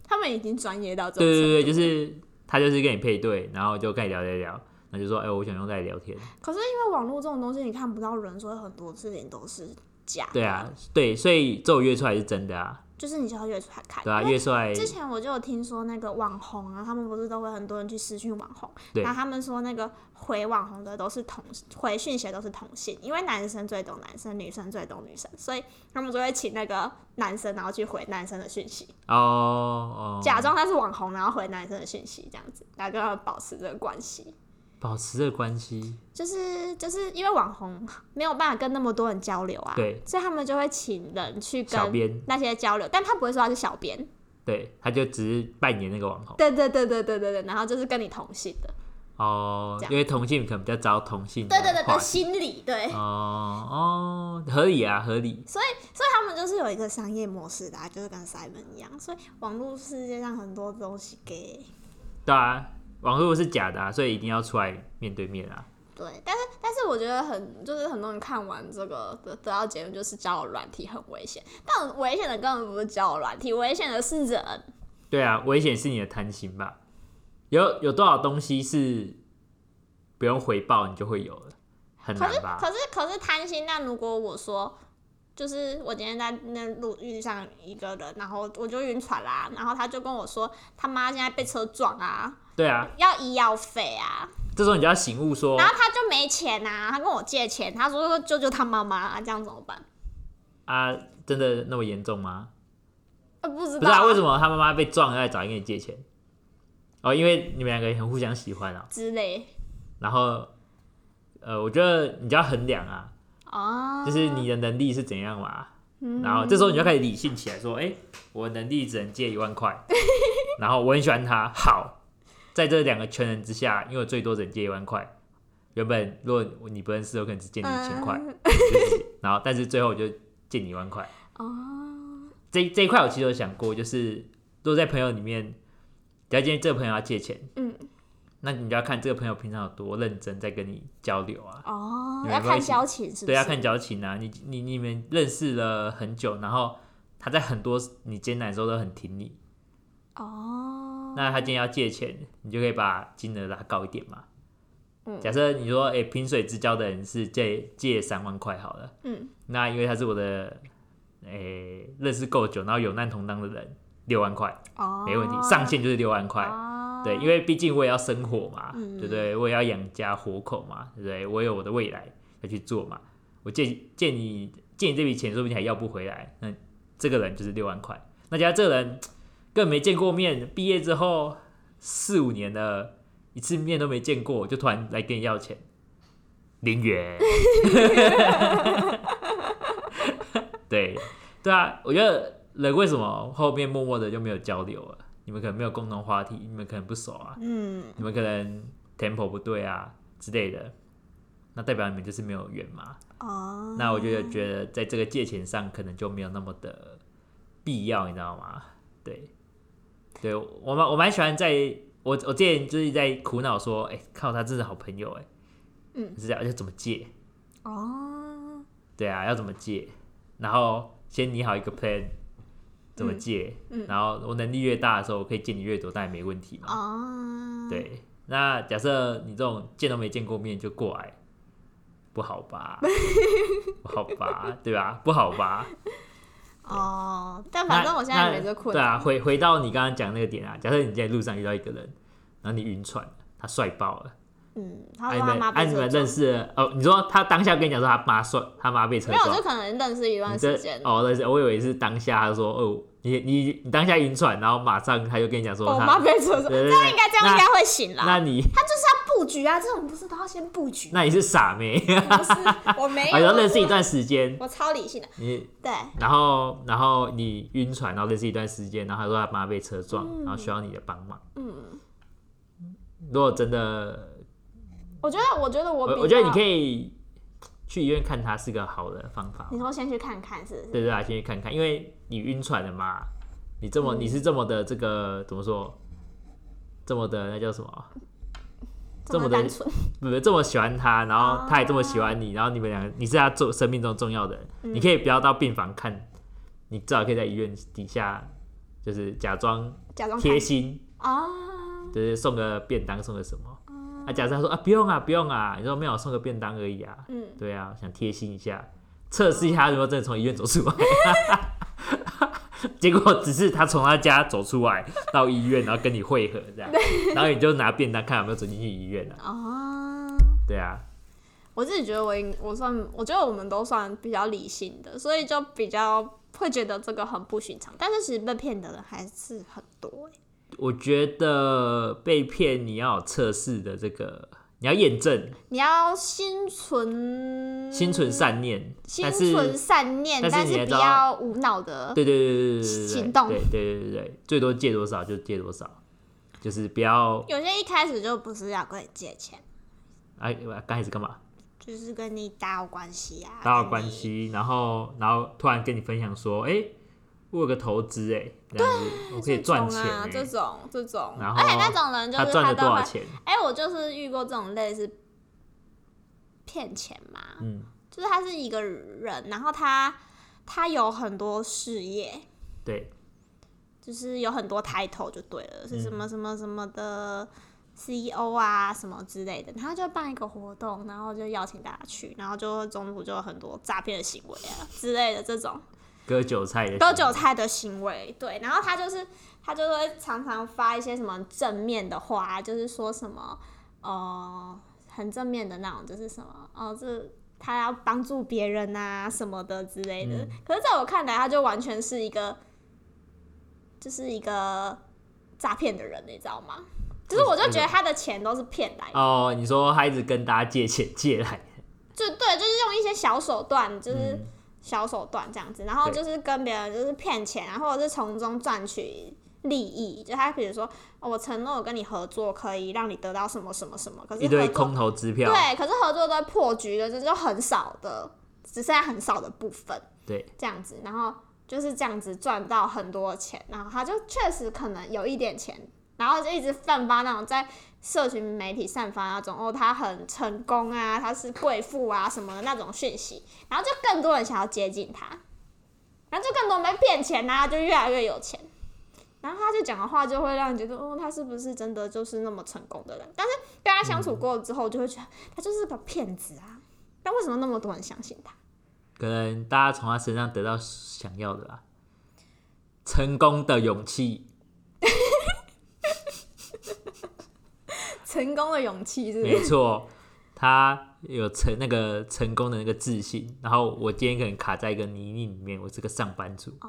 B: 他们已经专业到这种
A: 对
B: 程度。
A: 对对，就是他就是跟你配对，然后就跟你聊聊聊，那就说哎、我想用在聊天，
B: 可是因为网络这种东西，你看不到人，所以很多事情都是假的。
A: 对，啊，对，所以这种约出来是真的啊，
B: 就是你就要约出来看。
A: 对啊，
B: 因为
A: 约出来
B: 之前我就有听说那个网红啊，他们不是都会很多人去私讯网红，
A: 对
B: 然后他们说那个回网红的都是同回讯息的都是同性，因为男生最懂男生，女生最懂女生，所以他们就会请那个男生，然后去回男生的讯息，
A: 哦哦，
B: 假装他是网红，然后回男生的讯息，这样子来跟他们保持这个关系。
A: 保持这个关系，
B: 就是就是因为网红没有办法跟那么多人交流啊，
A: 对，
B: 所以他们就会请人去
A: 小
B: 跟
A: 编，
B: 那些交流，但他不会说他是小编，
A: 对，他就只是扮演那个网红，
B: 对对对对对对对，然后就是跟你同性的，
A: 哦
B: 这，样
A: 因为同性可能比较招同性的
B: 对对对
A: 话
B: 对，
A: 题
B: 心理对。
A: 嗯哦哦，合理啊，合理。
B: 所以，所以他们就是有一个商业模式的、啊，就是跟 Simon 一样。所以，网络世界上很多东西给
A: 对啊，网络是假的啊，所以一定要出来面对面啊。
B: 对，但是但是我觉得很就是很多人看完这个得得到结论就是交友软体很危险，但危险的根本不是交友软体，危险的是人。
A: 对啊，危险是你的贪心吧？有有多少东西是不用回报你就会有了，很
B: 可是
A: 难吧？
B: 可是可是贪心，那如果我说。就是我今天在那路遇上一个人，然后我就晕船啦、然后他就跟我说他妈现在被车撞啊，
A: 对啊，
B: 要医药费啊，
A: 这时候你就要醒悟说
B: 然后他就没钱啊，他跟我借钱，他说救救他妈妈、啊，这样怎么办？
A: 啊，真的那么严重吗？
B: 呃，不知
A: 不
B: 道、
A: 是啊，为什
B: 么
A: 么他妈妈被撞了，要来找你跟你借钱？哦，因为你们两个很互相喜欢啊。
B: 之类
A: 然后，呃，我觉得你就要衡量啊，
B: 啊？
A: 就是你的能力是怎样嘛。
B: 嗯，
A: 然后这时候你就开始理性起来，说：“哎、我能力只能借一万块，然后我很喜欢他，好，在这两个权衡之下，因为我最多只能借一万块。原本如果你不认识，我可能只借你
B: 嗯
A: 一千块，就是然后但是最后我就借你一万块。
B: 哦，
A: 这这一块我其实有想过，就是如果在朋友里面，假如今天这个朋友要借钱，
B: 嗯，
A: 那你就要看这个朋友平常有多认真在跟你交流啊，
B: 哦，
A: 没
B: 要
A: 关
B: 看
A: 系
B: 交情是不是？
A: 对，要看交情啊。你你你们认识了很久，然后他在很多你艰难的时候都很挺你，
B: 哦，
A: 那他今天要借钱，你就可以把金额拉高一点嘛。
B: 嗯
A: 假设你说，哎、萍水之交的人是借借三万块好了，
B: 嗯，
A: 那因为他是我的，哎、认识够久，然后有难同当的人，六万块
B: 哦，
A: 没问题，上限就是六万块。
B: 哦，
A: 对，因为毕竟我也要生活嘛，
B: 嗯
A: 对不对？我也要养家活口嘛，对不对？我有我的未来要去做嘛。我借借你借你这笔钱，说不定还要不回来。那这个人就是六万块。那加上这个人更没见过面，毕业之后四五年了，一次面都没见过，就突然来跟你要钱，零元。对对啊，我觉得人为什么后面默默的就没有交流了？你们可能没有共同话题，你们可能不熟啊，
B: 嗯，
A: 你们可能 tempo 不对啊之类的，那代表你们就是没有缘嘛。
B: 哦，
A: 那我就觉得在这个借钱上可能就没有那么的必要，你知道吗？对，对我蛮我蛮喜欢在。我我之前就是在苦恼说，哎、靠，他真是好朋友哎、
B: 嗯
A: 是这样，啊要怎么借？
B: 哦，
A: 对啊，要怎么借？然后先拟好一个 plan，怎么
B: 嗯
A: 借？
B: 嗯
A: 然后我能力越大的时候，我可以借你越多，当然没问题嘛。
B: 哦，，
A: 啊对，那假设你这种见都没见过面就过来，不
B: [LAUGHS]
A: 好吧？不好吧？对吧？不好吧？
B: 哦， [LAUGHS] 但反正
A: 那
B: 我现在
A: 那
B: 没这困
A: 对啊，
B: 难，
A: 回回到你刚刚讲那个点啊，假设你在路上遇到一个人，然后你晕船，他帅爆了，
B: 嗯，他说
A: 哎、你
B: 他
A: 们
B: 妈
A: 哎、
B: 被
A: 你
B: 车
A: 们认
B: 撞，
A: 识了哦？你说他当下跟你讲说他妈帅，他妈被车
B: 没有，
A: 撞
B: 就，可能认识一段
A: 你
B: 时
A: 这
B: 间，
A: 哦，那是我以为是当下他说哦，你你你当下晕船，然后马上他就跟你讲说
B: 哦我妈
A: 他，
B: 被车撞，
A: 对
B: 这
A: 对对
B: 样应该这样应
A: 那
B: 该会醒啦。
A: 那你
B: 他就是要布局啊，这种不是都要先布局？
A: [LAUGHS] 那你是傻妹，
B: 不是，我
A: [LAUGHS]
B: 没
A: 啊，
B: 有，
A: 然后
B: 我
A: 认识一段时间，
B: 我超理性的，
A: 你
B: 对，
A: 然后然后你晕船，然后认识一段时间，然后他说他妈被车撞，然后需要你的帮忙。
B: 嗯，
A: 如果真的，
B: 我觉得，我觉得我比
A: 我
B: 较，
A: 我觉得你可以去医院看他是个好的方法，
B: 你说先去看看是不是？
A: 对对啊，先去看看，因为你晕船了嘛，你这么、你是这么的这个怎么说，这么的那叫什么？这么
B: 么
A: 的
B: 单纯，
A: 不不，这么喜欢他，然后他也这么喜欢你，然后你们两个，你是他重生命中重要的人，你可以不要到病房看，你至少可以在医院底下，就是假装
B: 假装看
A: 贴心，
B: 啊，
A: 就是送个便当，送个什么。
B: 哦
A: 啊，假设他说啊，不用啊，不用啊，你说没有，送个便当而已啊。
B: 嗯，
A: 对啊，想贴心一下，测试一下他有没有真的从医院走出来。 [LAUGHS] 结果只是他从他家走出来到医院，然后跟你会合这样，然后你就拿便当看有没有走进去医院啊。
B: 啊，
A: 对啊，
B: 我自己觉得我应我算，我觉得我们都算比较理性的，所以就比较会觉得这个很不寻常，但是其实被骗的人还是很多、欸，
A: 我觉得被骗你要有测试的这个，你要验证
B: 你要心存
A: 心存善念，
B: 嗯心
A: 但是
B: 存善念，
A: 但是
B: 但
A: 你
B: 是
A: 也
B: 不
A: 知道
B: 要无脑的，
A: 对对对对对对对对
B: 行动
A: 对对对对，最多借多少就借多少，就是不要
B: 有些一开始就不是要跟你借钱，
A: 哎，刚开始干嘛？
B: 就是跟你打好关系啊，
A: 打好
B: 跟
A: 关
B: 你。
A: 系，然后然后突然跟你分享说，哎、我有个投资哎、这样子我可以赚钱、
B: 这种啊，这
A: 哎
B: 种这种，
A: 然
B: 而且
A: 后
B: 那种人就
A: 他
B: 是
A: 赚了
B: 他
A: 多
B: 都
A: 少
B: 会，
A: 钱？
B: 哎、我就是遇过这种类似骗钱嘛，
A: 嗯，
B: 就是他是一个人，然后他他有很多事业，
A: 对，
B: 就是有很多 title 就对了，是什
A: 嗯
B: 么什么什么的 CEO 啊什么之类的，然后就办一个活动，然后就邀请大家去，然后就中途就有很多诈骗的行为啊之类的这种
A: 割韭菜的
B: 割
A: 行为
B: 韭菜的行为，对，然后他就是他就会常常发一些什么正面的话，就是说什么呃很正面的那种，就是什么哦这。他要帮助别人啊什么的之类的，
A: 嗯
B: 可是在我看来，他就完全是一个，就是一个诈骗的人，你知道吗？就是我就觉得他的钱都是骗来的，
A: 哦，你说他一直跟大家借钱借来，
B: 就对，就是用一些小手段，就是
A: 嗯，
B: 小手段这样子，然后
A: 对
B: 就是跟别人就是骗钱啊，或者是从中赚取利益。就他比如说，哦我承诺我跟你合作，可以让你得到什么什么什么，可是
A: 一堆
B: 合
A: 空
B: 作
A: 头支票，
B: 对，可是合作都破局了，这就很少的，只剩下很少的部分
A: 对，
B: 这样子，然后就是这样子赚到很多钱，然后他就确实可能有一点钱。然后就一直散发那种在社群媒体散发那种哦，他很成功啊，他是贵妇啊什么的那种讯息，然后就更多人想要接近他，然后就更多人被骗钱啊，就越来越有钱。然后他就讲的话就会让你觉得，哦，他是不是真的就是那么成功的人？但是跟他相处过之后，就会觉得他就是个骗子啊。但为什么那么多人相信他？
A: 可能大家从他身上得到想要的啦，成功的勇气，
B: [LAUGHS] 成功的勇气是不是
A: 没错，他有成那个成功的那个自信。然后我今天可能卡在一个泥泞里面，我是个上班族，
B: 哦，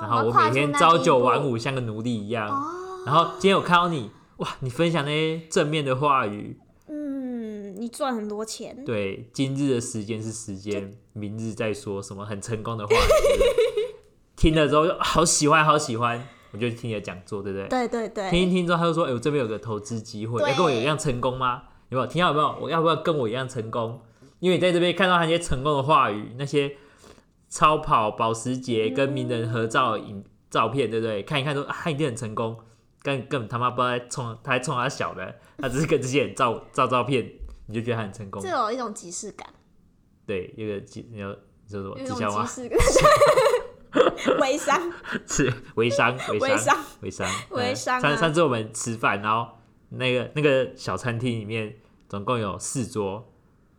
A: 然后
B: 要
A: 我
B: 跨
A: 每
B: 出
A: 天
B: 那
A: 朝
B: 一
A: 九
B: 步
A: 晚五，像个奴隶一样。
B: 哦，
A: 然后今天我看到你，哇，你分享那些正面的话语，
B: 嗯，你赚很多钱，
A: 对，今日的时间是时间，明日再说什么很成功的话语。 [LAUGHS] 听了之后就啊好喜欢，好喜欢，我就去听你的讲座，对不对？
B: 对对对，
A: 听一听之后，他就说：“哎、我这边有个投资机会，
B: 对
A: 要跟我一样成功吗？有没有听到？有没有？我要不要跟我一样成功？因为你在这边看到那些成功的话语，那些超跑、保时捷跟名人合照影、照片，对不对？看一看说啊，他一定很成功，根根本他妈不知道在冲，他在冲他小的， [LAUGHS] 他只是跟这些人照照照片，你就觉得他很成功
B: 这。有一种即视感，
A: 对，有个直，你有就是
B: 有
A: 我
B: 一
A: 直
B: 种
A: 销
B: 即
A: 吗？
B: 视感， [LAUGHS] 微商，
A: [LAUGHS] 是微商，微
B: 微
A: 商。”
B: 商，[LAUGHS]
A: 微商，
B: 微
A: 嗯
B: 商啊
A: 上上次我们吃饭，然后那个那个小餐厅里面总共有四桌，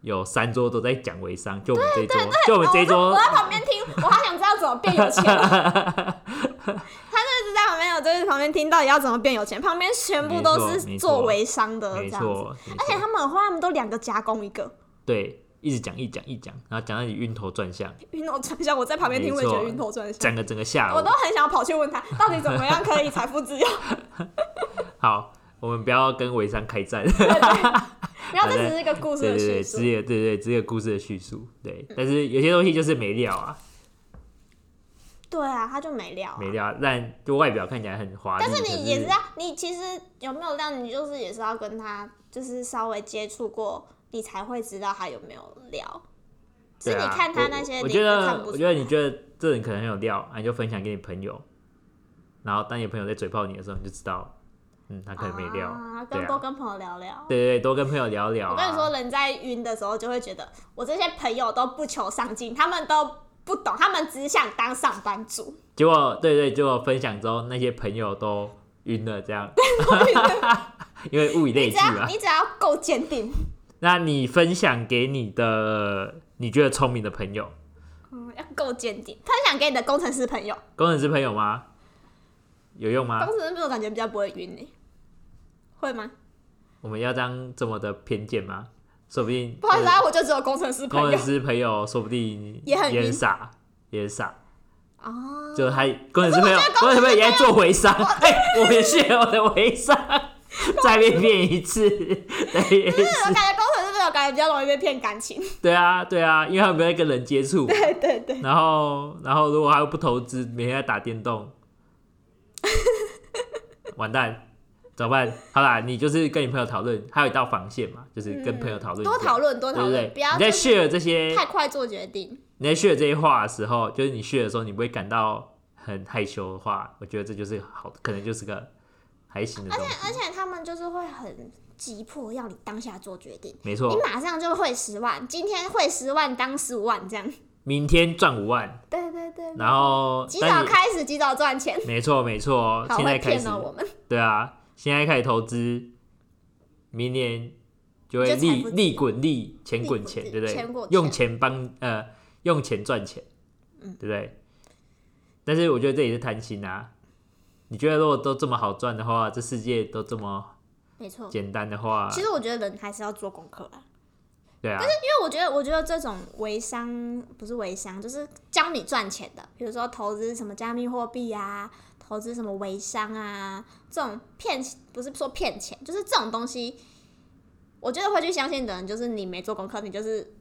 A: 有三桌都在讲微商，就我们这一桌，就我们这一
B: 哦我
A: 桌 [LAUGHS]
B: 在旁边听，我好想知道怎么变有钱哦。他就是在旁边，我就是旁边听到底要怎么变有钱，旁边全部都是
A: 没错没错
B: 做微商的这
A: 没
B: 样子，
A: 错，没
B: 而且
A: 错
B: 他们的话，他们都两个加工一个，
A: 对，一直讲一直讲一直讲，然后讲到你晕头转向，
B: 晕头转向。我在旁边听，我也觉得晕头转向，
A: 讲个整个下
B: 我
A: 午
B: 都。很想跑去问他，到底怎么样可以财富自由。 [LAUGHS]
A: 好，我们不要跟微商开战，
B: 然后这只是一个故事
A: [LAUGHS] 对
B: 的
A: 对
B: 叙
A: 对，
B: 述
A: 只。有对对，只有故事的叙述，对，但是有些东西就是没料啊，
B: 对啊，他就没料啊、
A: 没料啊，但就外表看起来很华丽，
B: 但是
A: 可
B: 你也是要，你其实有没有料，你就是也是要跟他就是稍微接触过，你才会知道他有没有料。
A: 对
B: 是你
A: 啊
B: 看他
A: 我
B: 那些
A: 我
B: 你
A: 我觉
B: 看
A: 得
B: 不出
A: 我觉得你觉得这人可能很有料，啊，你就分享给你朋友，然后当你的朋友在嘴炮你的时候，你就知道，嗯，他可能没料。
B: 啊，
A: 对
B: 跟
A: 啊
B: 多跟朋友聊聊。
A: 对对对，多跟朋友聊聊、啊。
B: 我跟你说，，人在晕的时候就会觉得，我这些朋友都不求上进，他们都不懂，他们只想当上班族。
A: 结果对对，结果分享之后，那些朋友都晕了，
B: [LAUGHS]
A: 这样，因为物以类
B: 你
A: 聚
B: 只
A: 嘛
B: 要。你只要够坚定，
A: 那你分享给你的你觉得聪明的朋友，
B: 嗯，要够坚定。分享给你的工程师朋友，
A: 工程师朋友吗？有用吗？
B: 工程师朋友感觉比较不会晕你、会吗？
A: 我们要当这么的偏见吗？说不定
B: 不好意思
A: 呃
B: 啊，我就只有工程 [LAUGHS] 师
A: 工
B: 朋
A: 程
B: 友。
A: 师朋友说不定
B: 也很晕
A: 傻，也很傻，
B: 哦，
A: 就他工程师朋友
B: 可是，我觉得
A: 工程师朋友也在做微商，
B: 我
A: [LAUGHS] 哎、我也是我的
B: [LAUGHS]
A: 微商，再被骗一次， [LAUGHS] 再被骗一
B: 是我
A: 次，
B: 感觉工程师朋友感觉比较容易被骗感情。
A: 对啊，对啊，因为他们没有在跟人接触，
B: 对对对，
A: 然后，然后如果
B: [LAUGHS]
A: 他又不投资，每天在打电动，完蛋，怎么办？好啦，你就是跟你朋友讨论，还有一道防线嘛，就是跟朋友讨论、
B: 嗯多讨论，多
A: 对
B: 讨
A: 不对？
B: 论，不要
A: 你在
B: 就是
A: share 这些，
B: 太快做决定。
A: 你在 share 这些话的时候，就是你 share 的时候，你不会感到很害羞的话，我觉得这就是好，可能就是个还行的东西。
B: 而且他们就是会很急迫要你当下做决定，
A: 没
B: 你
A: 错，
B: 马上就会十万，今天会十万当十五万这样。
A: 明天赚五万，
B: 对对对，
A: 然后
B: 及
A: 但
B: 早
A: 你
B: 开始，及早赚钱，
A: 没错没错，
B: 好
A: 现在
B: 会
A: 开始
B: 骗了我们。
A: 对啊，现在开始投资，明年就会
B: 就财
A: 利
B: 富自由
A: 利滚利，钱
B: 利
A: 滚
B: 滚
A: 钱，
B: 利
A: 对不
B: 钱
A: 对
B: 滚？
A: 用
B: 钱
A: 钱帮呃，用钱赚钱，
B: 嗯
A: 对不对？但是我觉得这也是贪心啊。你觉得如果都这么好赚的话，这世界都这么
B: 没错，
A: 简单的话，
B: 其实我觉得人嗯还是要做功课啊，
A: 对啊，
B: 因为我觉得，我觉得这种微商不是微商，就是教你赚钱的，比如说投资什么加密货币啊，投资什么微商啊，这种骗不是说骗钱，就是这种东西，我觉得会去相信的人，就是你没做功课，你就是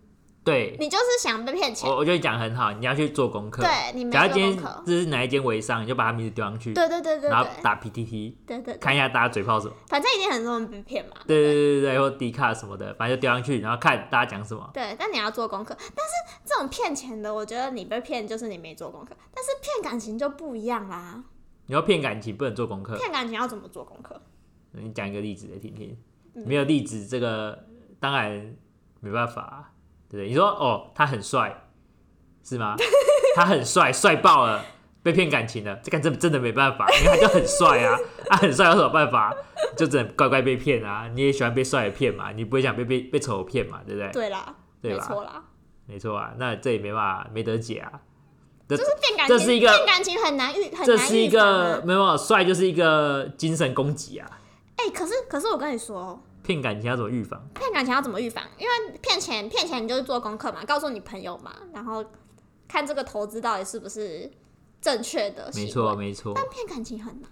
A: 对，
B: 你就是想被骗钱，
A: 我我觉得你讲得很好，你要去做功课。
B: 对你没
A: 假
B: 做
A: 如今
B: 功
A: 天
B: 课，
A: 这是哪一间微商，你就把他名字丢上去，
B: 对对对对
A: 然后
B: 对
A: 打 PTT，
B: 对对，对
A: 看一下大家嘴炮什么。
B: 反正一定很多人被骗嘛，
A: 对对对对对，或 D 卡什么的，反正就丢上去，然后看大家讲什么。
B: 对，但你要做功课。但是这种骗钱的，我觉得你被骗就是你没做功课，但是骗感情就不一样啦。
A: 你要骗感情，不能做功课。
B: 骗感情要怎么做功课？
A: 你讲一个例子来听听。
B: 嗯
A: 没有例子，这个当然没办法、啊，对不对？你说哦，他很帅，是吗？他很帅，帅爆了，被骗感情了，这个真真的没办法，因为他就很帅啊，他、很帅有什么办法？就只能乖乖被骗啊。你也喜欢被帅的骗嘛，你不会想被被被丑的骗嘛，对不对？
B: 对啦，
A: 对
B: 没
A: 吧
B: 错啦，
A: 没错啊，那这也没办法，没得解啊。
B: 就是骗感
A: 这
B: 情，
A: 是一个
B: 骗感情很难遇，很
A: 这
B: 难
A: 是一
B: 预防啊
A: 个。没有帅，就是一个精神攻击啊。
B: 哎、可是可是我跟你说，哦
A: 骗感情要怎么预防？
B: 骗感情要怎么预防？因为骗钱，骗钱你就是做功课嘛，告诉你朋友嘛，然后看这个投资到底是不是正确的行
A: 没
B: 为。
A: 错，没错。
B: 但骗感情很难。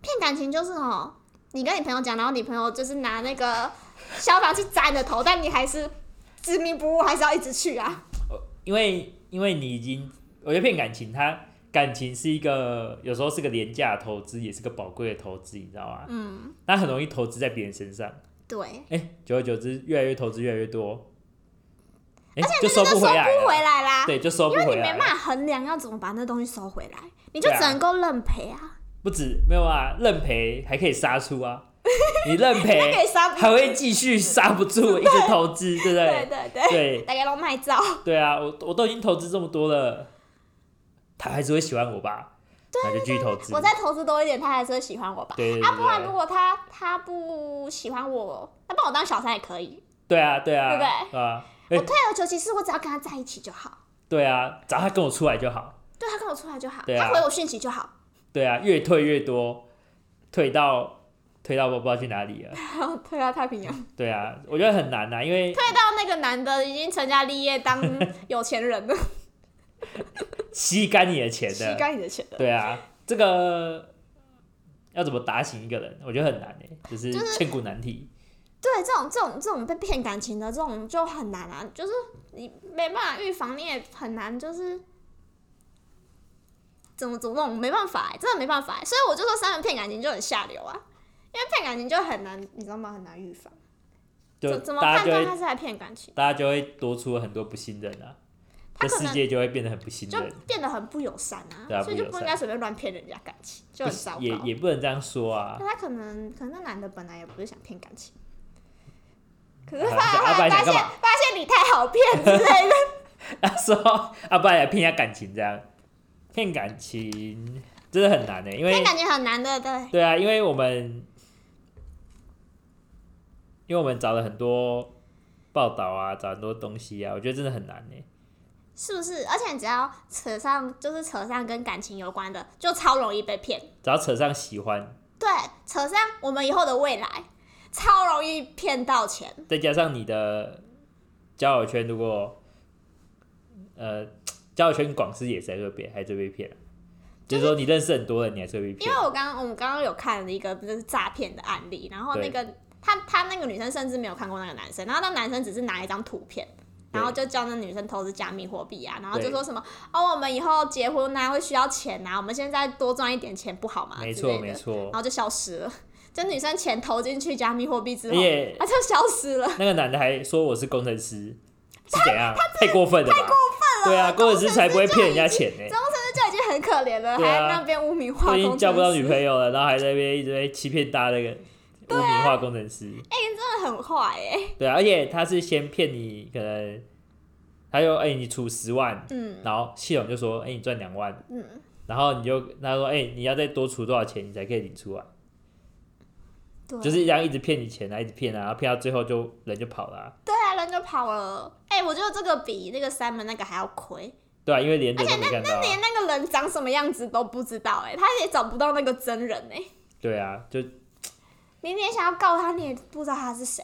B: 骗感情就是哦，你跟你朋友讲，然后你朋友就是拿那个消防去砸你的头，但你还是执迷不悟，还是要一直去啊。
A: 因为因为你已经，我觉得骗感情，它感情是一个有时候是个廉价的投资，也是个宝贵的投资，你知道吗？
B: 嗯，
A: 它很容易投资在别人身上，
B: 对，
A: 哎、久而久之，越来越投资越来越多，哎、就
B: 那
A: 收
B: 就收
A: 不
B: 不
A: 回来了，
B: 回来啦，
A: 对，就收不
B: 因为
A: 回
B: 你
A: 来啊
B: 没
A: 了
B: 办法衡量要怎么把那东西收回来，你就
A: 对啊
B: 只能够认赔啊。
A: 不止没有啊，认赔还可以杀出
B: [LAUGHS]
A: 啊，你认
B: 那可
A: 赔
B: 以杀不
A: 哎还会继续刹不住，一直投资，对不
B: 对
A: 对？
B: 对对，
A: 对
B: 大家都卖照，
A: 对啊，我我都已经投资这么多了，他还是会喜欢我吧？那就继续投资。
B: 我再投资多一点，他还是会喜欢我吧？
A: 对对对
B: 啊，不然
A: 对
B: 如果他他不喜欢我，那把我当小三也可以。
A: 对啊，对啊，
B: 对不
A: 啊，
B: 我
A: 哎
B: 退而求其次，我只要跟他在一起就好。
A: 对啊，只要他跟我出来就好。
B: 对他跟我出来就好，
A: 对啊
B: 他回我讯息就好。
A: 对啊，越退越多，退到退到我不知道去哪里了。
B: 退到太平 [LAUGHS] 洋，
A: [LAUGHS] 对啊，我觉得很难呐、因为
B: 退到那个男的已经成家立业
A: [LAUGHS]
B: 当有钱人了，
A: 吸干你的钱
B: 吸
A: 的。
B: 干你的钱了。
A: 对啊，这个要怎么打醒一个人，我觉得很难诶、就是千古难题。
B: 对，这种这种这种被骗感情的这种就很难啊，就是你没办法预防，你也很难就是。怎么怎么弄？没办法、欸，真的没办法、欸。所以我就说，三人骗感情就很下流啊，因为骗感情就很难，你知道吗？很难预防。
A: 就
B: 怎怎么
A: 大家
B: 判
A: 就
B: 断
A: 会
B: 他是来骗感情？
A: 大家就会多出很多不信任啊，
B: 他
A: 这
B: 可能
A: 世界就会变得很不信
B: 就
A: 任。
B: 变得很不友善啊，
A: 对啊
B: 所以就
A: 不友
B: 不
A: 善
B: 应该随便乱骗人家感情，就
A: 不
B: 很
A: 是
B: 糟糕。
A: 也也不能这样说啊，
B: 那他可能可能那男的本来也不是想骗感情，可是
A: 啊
B: 后
A: 想
B: 来
A: 啊
B: 后
A: 不
B: 来
A: 然
B: 发
A: 想
B: 现
A: 干嘛
B: 发现你太好骗之类的，
A: [LAUGHS] 他说啊，不然来骗一下感情这样，骗感情真的很难呢、因为
B: 骗感情很难的，对，
A: 对啊，因为我们因为我们找了很多报道啊，找很多东西啊，我觉得真的很难呢、
B: 是不是？而且你只要扯上就是扯上跟感情有关的，就超容易被骗。
A: 只要扯上喜欢，
B: 对，扯上我们以后的未来，超容易骗到钱。
A: 再加上你的交友圈，如果呃交友圈广是也是还是会被还是会被骗、啊，就是说你认识很多人，你还是会被
B: 因
A: 骗
B: 为。我刚刚我们刚刚有看了一个就是诈骗的案例，然后那
A: 对
B: 个他他那个女生甚至没有看过那个男生，然后那男生只是拿一张图片，然后就叫那女生投资加密货币啊，然后就说什么哦，我们以后结婚啊会需要钱啊，我们现在多赚一点钱不好吗？
A: 没
B: 之
A: 错
B: 类的
A: 没错
B: 然，后就消失了。 [LAUGHS] 这女生钱投进去加密货币之后啊
A: 而且，
B: 她就消失了。 [LAUGHS]
A: 那个男的还说我是工程师，是怎样？太过分了吧？太过分了！对啊，工程师才不会骗人家钱呢、
B: 工程师就已经很可怜了，还
A: 对啊
B: 在那边污名化
A: 都
B: 工
A: 已
B: 程
A: 经
B: 师，
A: 交不到女朋友了，然后还在那边一直在欺骗大家那个污名化工程师。
B: 真的很坏哎、
A: 对啊，而且他是先骗你，可能他就哎、你出十万，
B: 嗯，
A: 然后系统就说哎、你赚两万，
B: 嗯，
A: 然后你就他说哎、你要再多出多少钱你才可以领出来，
B: 对，
A: 就是这样一直骗你钱啊，一直骗啊，然后骗到最后就人就跑了啊、
B: 对啊，人就跑了。哎、我觉得这个比那个三门那个还要亏，
A: 对啊，因为连人都没看到啊、
B: 连那个人长什么样子都不知道、哎，他也找不到那个真人哎、
A: 对啊，就
B: 你你也想要告他，你也不知道他是谁。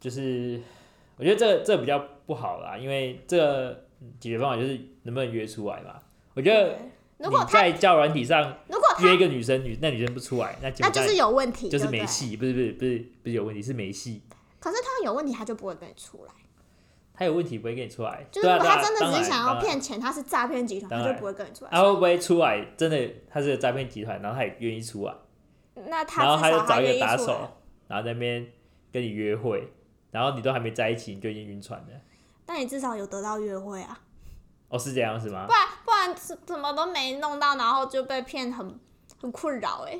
A: 就是我觉得这个这个比较不好啦，因为这个解决方法就是能不能约出来嘛。我觉得
B: 对
A: 你
B: 如果他
A: 在交友软体上
B: 如果
A: 约一
B: 他
A: 个女生，女那女生不出来，那基
B: 那
A: 本
B: 就
A: 上
B: 是有问题，
A: 就是
B: 对
A: 没
B: 不对。
A: 戏，不是不是不是不是有问题，是没戏。
B: 可是他有问题，他就不会跟你出来。
A: 他有问题不会跟你出来，
B: 就是
A: 对
B: 如
A: 啊
B: 果
A: 对啊
B: 他真的只是想
A: 当
B: 要
A: 然
B: 骗钱，他是诈骗集团，
A: 当
B: 他
A: 然
B: 就不会跟你出来。
A: 当然他会不会出来？真的他是个诈骗集团，然后他也愿意出来，
B: 那他
A: 然后
B: 至
A: 就
B: 少
A: 找
B: 他
A: 一
B: 愿
A: 个
B: 意
A: 打
B: 出
A: 手
B: 来。，
A: 然后在那边跟你约会，然后你都还没在一起，你就已经晕船了。
B: 但你至少有得到约会啊，
A: 哦，是这样是吗
B: 不？然不然是怎么都没弄到，然后就被骗很，很困扰哎、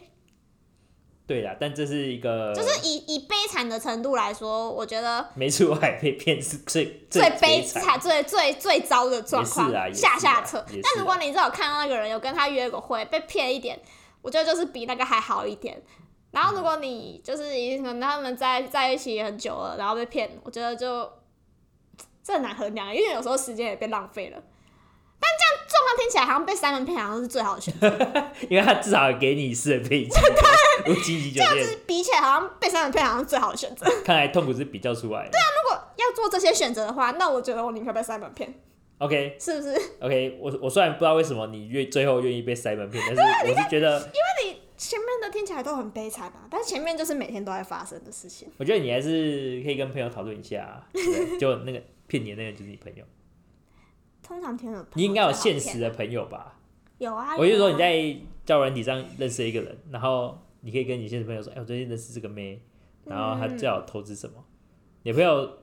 A: 对啦，但这是一个
B: 就是以以悲惨的程度来说，我觉得
A: 没出来被骗是最
B: 最
A: 悲
B: 悲。惨、最最最糟的状况
A: 也是啊也是
B: 下
A: 啊
B: 下策
A: 也是啊。
B: 但如果你至少看到那个人有跟他约过会，被骗一点，我觉得就是比那个还好一点。然后如果你就是已经可能他们在在一起很久了，然后被骗，我觉得就这很难衡量，因为有时候时间也被浪费了。但这样状况听起来好像被三人骗，好像是最好的选择。
A: 因为他至少给你一次的配置，无极极酒
B: 就
A: 店，
B: 是比起来，好像被三人骗好像是最好的选择。
A: 看来痛苦是比较出来的。
B: 如果要做这些选择的话，那我觉得我宁可被三人骗，
A: OK
B: 是不是？
A: OK，我我虽然不知道为什么你愿最后愿意被塞门骗，但是我是觉得，
B: 前面的听起来都很悲惨啊，但前面就是每天都在发生的事情。
A: 我觉得你还是可以跟朋友讨论一下、啊，对不对就那个骗你的那个就是你朋友，
B: 通常听了，
A: 你应该有现实的朋友吧？
B: 有啊。
A: 我就说你
B: 有啊
A: 在交友软体上认识一个人，然后你可以跟你现实朋友说，哎、我最近认识这个妹，然后她最好投资什么？你的朋友，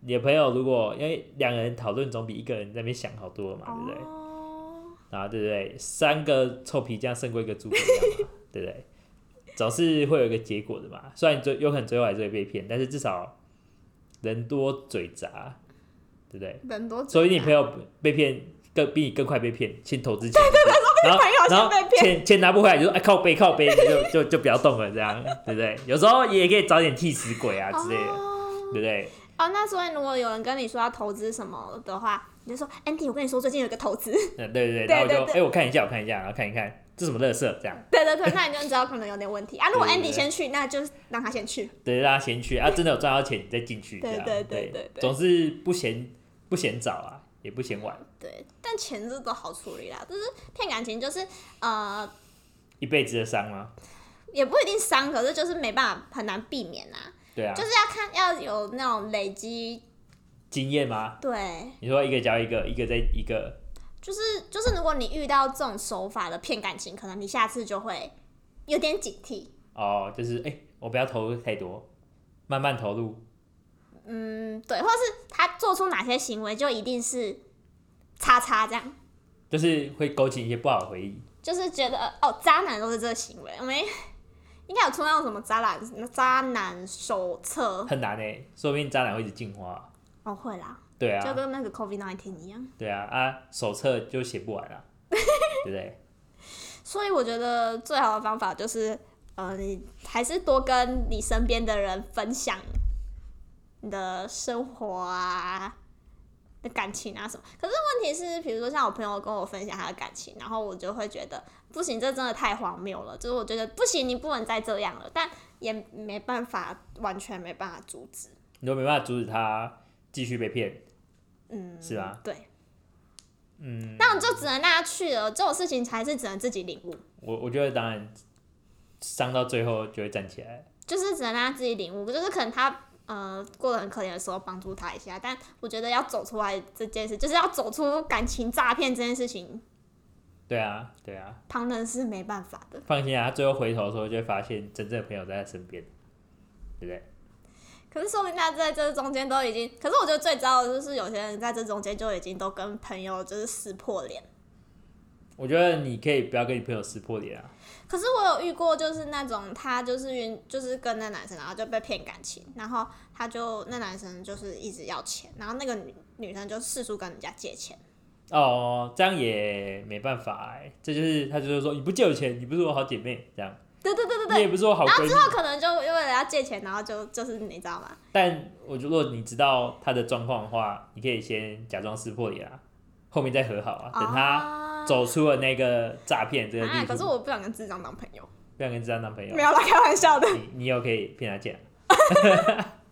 A: 你的朋友如果因为两个人讨论总比一个人在那边想好多了嘛，对不对？
B: 哦，
A: 啊，对不对？三个臭皮匠胜过一个诸葛亮嘛，对不对？总是会有一个结果的嘛。虽然最有可能最后还是会被骗，但是至少人多嘴杂，对不对？
B: 人多嘴杂，
A: 所以你朋友被骗更比你更快被骗，先投资钱，然后
B: 朋友先
A: 然后
B: 被骗
A: 钱钱拿不回来就说哎靠背靠背，你就就就不要动了这样，对不对？有时候也可以找点替死鬼啊之类的，
B: 哦
A: 对不对？
B: 哦，那所以如果有人跟你说要投资什么的话，你就说 Andy，我跟你说最近有一个投资， [LAUGHS]
A: 嗯，对
B: 对
A: 对对，然后我就
B: 对对
A: 哎、我看一下我看一下，然后看一看这什么乐色这样，
B: 对对对，那你就知道可能有点问题啊。如果
A: 对对对
B: Andy 先去，那就让他先去。
A: 对，让他先去啊，真的有赚到钱你再进去，
B: 对
A: 这样
B: 对对
A: 对
B: 对对
A: 总是不嫌不嫌早啊，也不嫌晚，
B: 对，但钱这都好处理啦，就是骗感情，就是呃，
A: 一辈子的伤吗？
B: 也不一定伤，可是就是没办法，很难避免啊。
A: 对啊，
B: 就是要看要有那种累积，
A: 经验吗？
B: 对，
A: 你说一个教一个，一个再一个，
B: 就是就是如果你遇到这种手法的骗感情，可能你下次就会有点警惕。
A: 哦，就是哎、我不要投入太多，慢慢投入。
B: 嗯，对，或是他做出哪些行为就一定是叉叉这样，
A: 就是会勾起一些不好的回忆。
B: 就是觉得哦，渣男都是这个行为，我们应该有出那种什么渣男渣男手册
A: 很难诶、说不定渣男会一直进化。啊
B: 哦，会啦，
A: 对
B: 就
A: 啊，
B: 跟那个 COVID nineteen 一样。
A: 对啊，啊，手册就写不完啊，对不对？
B: 所以我觉得最好的方法就是，呃，你还是多跟你身边的人分享你的生活啊、的感情啊什么。可是问题是，比如说像我朋友跟我分享他的感情，然后我就会觉得不行，这真的太荒谬了。就是我觉得不行，你不能再这样了，但也没办法，完全没办法阻止。
A: 你都没办法阻止他继续被骗。
B: 嗯，
A: 是啊，
B: 对，
A: 嗯，
B: 那我就只能让他去了。这种事情还是只能自己领悟。
A: 我我觉得当然，伤到最后就会站起来。
B: 就是只能让他自己领悟，就是可能他呃过得很可怜的时候帮助他一下。但我觉得要走出来这件事，就是要走出感情诈骗这件事情，
A: 对啊，对啊，
B: 旁人是没办法的。
A: 放心啊，他最后回头的时候就会发现真正的朋友在他身边，对不对？
B: 可是说明他在这中间都已经，可是我觉得最糟的就是有些人在这中间就已经都跟朋友就是撕破脸。
A: 我觉得你可以不要跟你朋友撕破脸啊，
B: 可是我有遇过，就是那种他就是晕，就是跟那男生，然后就被骗感情，然后他就那男生就是一直要钱，然后那个女女生就四处跟人家借钱。
A: 哦，这样也没办法哎、这就是他就是说你不借我钱，你不是我好姐妹，这样，
B: 对对对对
A: 你
B: 对，
A: 也不是我好
B: 然后
A: 闺
B: 之
A: 蜜。
B: 后可能就因为要借钱，然后就就是你知道吗？
A: 但我如果你知道他的状况的话，你可以先假装撕破脸啊，后面再和好啊，等他
B: 啊
A: 走出了那个诈骗这个
B: 啊
A: 地！
B: 可是
A: 步，
B: 我不想跟智障当朋友，
A: 不想跟这样当朋友啊
B: 没，有啦，开玩笑的。
A: 你你又可以骗他钱， [LAUGHS]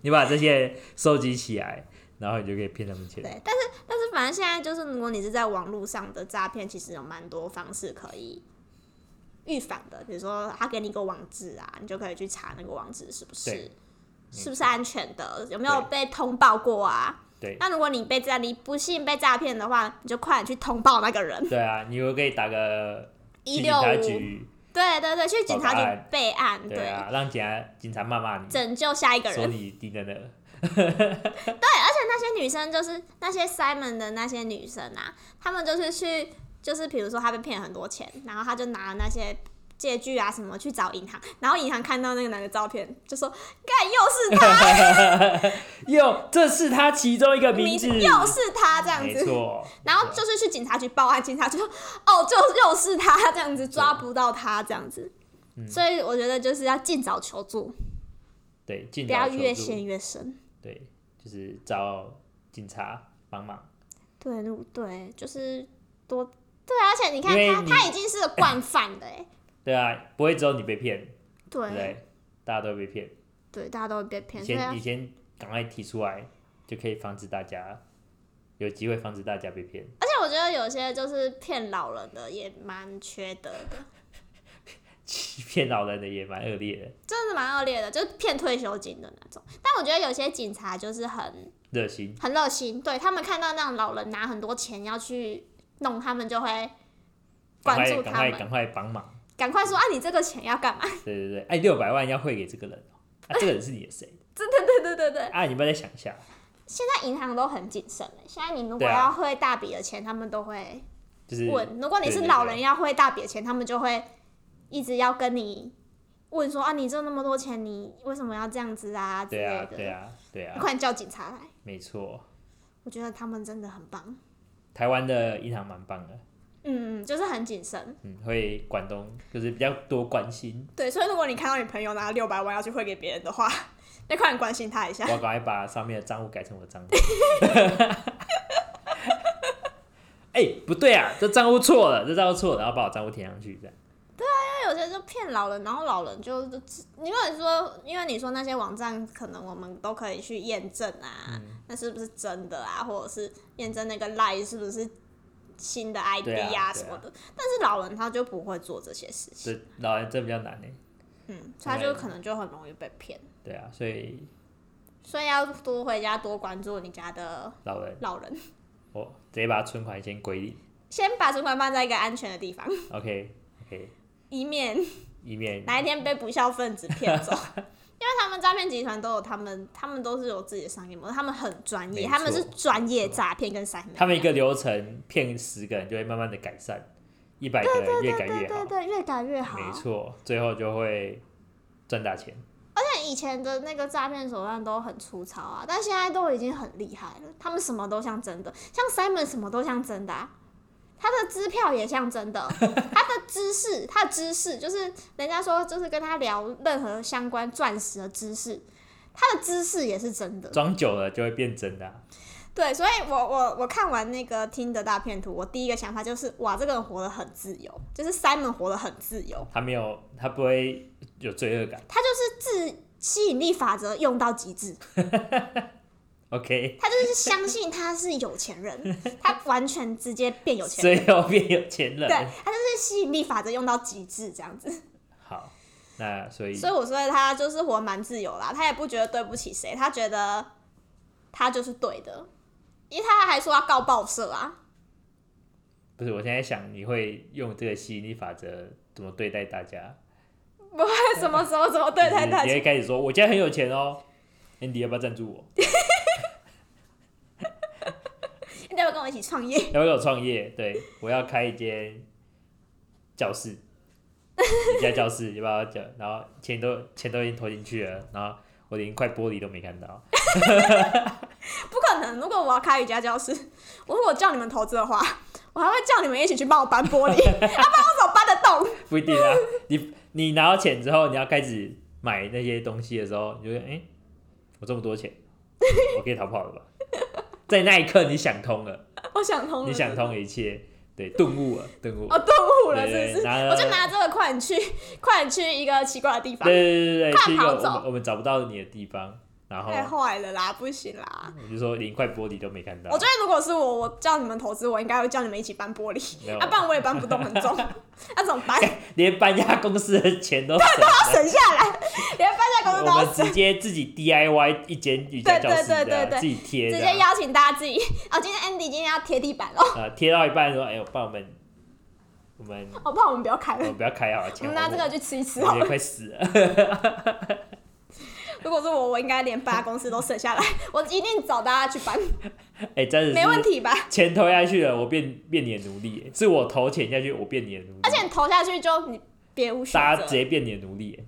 A: 你把这些收集起来，然后你就可以骗他们钱。
B: 对，但是但是反正现在就是，如果你是在网络上的诈骗，其实有蛮多方式可以预防的，比如说他给你一个网址啊，你就可以去查那个网址是不是
A: 对
B: 是不是安全的，有没有
A: 对
B: 被通报过啊？
A: 对
B: 那如果你被诈，你不幸被诈骗的话，你就快点去通报那个人，
A: 对啊，你又可以打个去
B: 一
A: 警
B: 六
A: 察
B: 五，
A: 局，
B: 对对对，去警察
A: 报个
B: 局
A: 案
B: 备案，嗯
A: 对
B: 对，
A: 啊，让警察警察骂骂你，
B: 拯救下一个
A: 说
B: 人。
A: 你低能儿。
B: 那些女生就是那些 Simon 的那些女生啊，她们就是去，就是比如说她被骗很多钱，然后她就拿那些借据啊什么去找银行，然后银行看到那个男的照片，就说：“干，又是他，
A: 哟，这是他其中一个哎名
B: 名
A: 字，
B: 字又是他这样
A: 没
B: 子。”
A: 错。
B: 然后就是去警察局报案，警察就说：“哦，就又是他这样子，抓
A: 啊
B: 不到他这样子。”
A: 嗯
B: 所以我觉得就是要尽早求助，
A: 对，尽
B: 不要
A: 早求
B: 越
A: 助
B: 陷越深。
A: 对，就是找警察帮忙。
B: 对，如对，就是多对啊，而且你看
A: 因为
B: 他，
A: 你
B: 他已经是个
A: [LAUGHS]
B: 惯犯了、欸，
A: 对啊，不会只有你被骗，对
B: 对
A: 不对？大家都会被骗，
B: 对，大家都会被
A: 你
B: 骗，所以啊
A: 先
B: 要
A: 你先赶快提出来，就可以防止大家有机会防止大家被骗。
B: 而且我觉得有些就是骗老人的也蛮缺德的，
A: 欺骗老人的也蛮恶劣的，
B: 真的蛮恶劣的，就是骗退休金的那种。但我觉得有些警察就是很
A: 热心。
B: 很热心，对他们看到那种老人拿很多钱要去弄，他们就会关
A: 赶快
B: 注
A: 赶
B: 他
A: 快
B: 们，
A: 赶快帮忙！
B: 赶快说啊，你这个钱要干嘛？ [LAUGHS]
A: 对对对，哎，六百万要汇给这个人哦，啊，这个人是你的谁？
B: 对对对对对，
A: 啊，你们再想一下，
B: 现在银行都很谨慎了，现在你如果
A: 对啊
B: 要汇大笔的钱，他们都会
A: 就是
B: 问，如果你
A: 对
B: 是
A: 对
B: 老
A: 对
B: 人要汇大笔的钱，他们就会一直要跟你问说啊，你挣那么多钱，你为什么要这样子啊之
A: 对
B: 类
A: 啊
B: 的。
A: 对啊对
B: 你
A: 啊，
B: 快点叫警察来！
A: 没错，
B: 我觉得他们真的很棒，
A: 台湾的银行蛮棒的，
B: 嗯，就是很谨慎。
A: 嗯，会管东，就是比较多关心，
B: 对，所以如果你看到你朋友拿六百万要去汇给别人的话， [LAUGHS] 那快点关心他一
A: 我
B: 下。
A: 要赶快把上面的账户改成我的账户。哎、不对啊，这账户错了，这账户错了，然后把我账户填上去，这样
B: 因为有些就骗老人，然后老人就就因为说，因为你说那些网站可能我们都可以去验证
A: 嗯
B: 啊，那是不是真的啊，或者是验证那个 lie 是不是新的 ID
A: 对啊对啊
B: 什么的。但是老人他就不会做这些事情，
A: 这老人这比较难呢。
B: 嗯，所以他就可能就很容易被骗。
A: 对啊，所以
B: 所以要多回家多关注你家的
A: 老人，
B: 老人。
A: 我直接把存款先归零
B: 先把存款放在一个安全的地方，
A: ，OK OK，
B: 以免
A: 以免
B: 哪一天被不孝分子骗走。 [LAUGHS] 因为他们诈骗集团都有他们，他们都是有自己的商业模式，他们很专业，
A: 没错
B: 他们是专业诈骗跟三。
A: 他们一个流程骗十个人，就会慢慢的改善，一百个人越改
B: 对
A: 越
B: 对
A: 好，
B: 对，越改越好。啊
A: 没错，最后就会赚大钱。
B: 但以前的那个诈骗手段都很粗糙啊，但现在都已经很厉害了，他们什么都像真的，像 Simon 什么都像真的、啊。他的支票也像真
A: [LAUGHS]
B: 的，他的知识，他的知识就是人家说，就是跟他聊任何相关钻石的知识，他的知识也是真的。
A: 装久了就会变真的啊、
B: 对，所以我我我看完那个听的大片图，我第一个想法就是，哇，这个人活得很自由，就是 Simon 活得很自由，
A: 他没有，他不会有罪恶感。
B: 他就是自吸引力法则用到极致，
A: OK，
B: 他就是相信他是有钱人，他完全直接变有
A: [LAUGHS]
B: 钱人，
A: 最后变有钱
B: 对
A: 人。
B: 他就是吸引力法则用到极致这样子。
A: 好，那所以
B: 所以我说他就是活蛮自由啦，他也不觉得对不起谁，他觉得他就是对的，因为他还说要告报社啊， [LAUGHS]
A: 不是我现在想你会用这个吸引力法则怎么对待大家？
B: 不会什么时候怎么对待大
A: 嗯你
B: 家
A: 会，开始说我家很有钱哦，Andy 要不要赞助我？
B: 你要不要跟我一起创业？
A: 要不要我创业？对我要开一间教室，一家教室要不要教？然后钱都钱都已经投进去了，然后我连一块玻璃都没看到。
B: 不可能！如果我要开瑜伽教室， [LAUGHS] 我如果叫你们投资的话，我还会叫你们一起去帮我搬玻璃， [LAUGHS] 要不然我怎么搬得动？
A: 不一定啊。 [LAUGHS] 你你拿到钱之后，你要开始买那些东西的时候，你就会哎、诶我这么
B: [LAUGHS]
A: 多钱，我可以逃跑了吧？在那一刻，你想通了，
B: [LAUGHS] 我想通了，
A: 你想通一切，对，顿悟了，顿悟。
B: 哦，顿悟了，是
A: 对对
B: 不是？
A: 拿了
B: 我就拿这个快点去，快点去一个奇怪的地方
A: 对，对对对对，
B: 快
A: 去一个
B: 跑
A: 我
B: 走哎
A: 们我们找不到你的地方，然后
B: 太坏了啦，不行啦！
A: 我就说连一块玻璃都没看到
B: 我，觉得如果是我，我叫你们投资，我应该会叫你们一起搬玻璃，
A: 没有
B: 啊，不然我也搬不动，很
A: [LAUGHS]
B: 重，那、怎么办？啊
A: 连搬家公司的钱都省
B: [LAUGHS]
A: 了，
B: 要省下
A: [LAUGHS]
B: 来，连搬家公司都
A: 我
B: 要
A: 们
B: 省
A: 直。接自己 DIY 一间瑜伽
B: 对
A: 教
B: 对
A: 室这样，
B: 对对对
A: 自己贴啊
B: 直
A: 这
B: 接
A: 样，
B: 邀请大家自己哦，今天 Andy 今天要贴地板哦，
A: 呃，贴到一半说，哎、我帮我们，我们
B: 我怕我们不要开
A: 我
B: 了
A: 们，不要开好
B: [LAUGHS]
A: 了，
B: 我
A: 钱
B: 们
A: 还
B: 拿
A: 我
B: 这个去吃一吃
A: 我
B: 好
A: 觉
B: 了
A: 得。快死了。
B: [LAUGHS] 如果是我，我应该连搬家公司都省下
A: [LAUGHS]
B: 来，我一定找大家去搬，
A: 哎、真的
B: 没问
A: 是
B: 题吧？
A: 钱投下去了，我变变你的奴隶耶，是我投钱下去，我变你的奴隶，
B: 而且你投下去就你别无选择，
A: 大家直接变你的奴隶耶，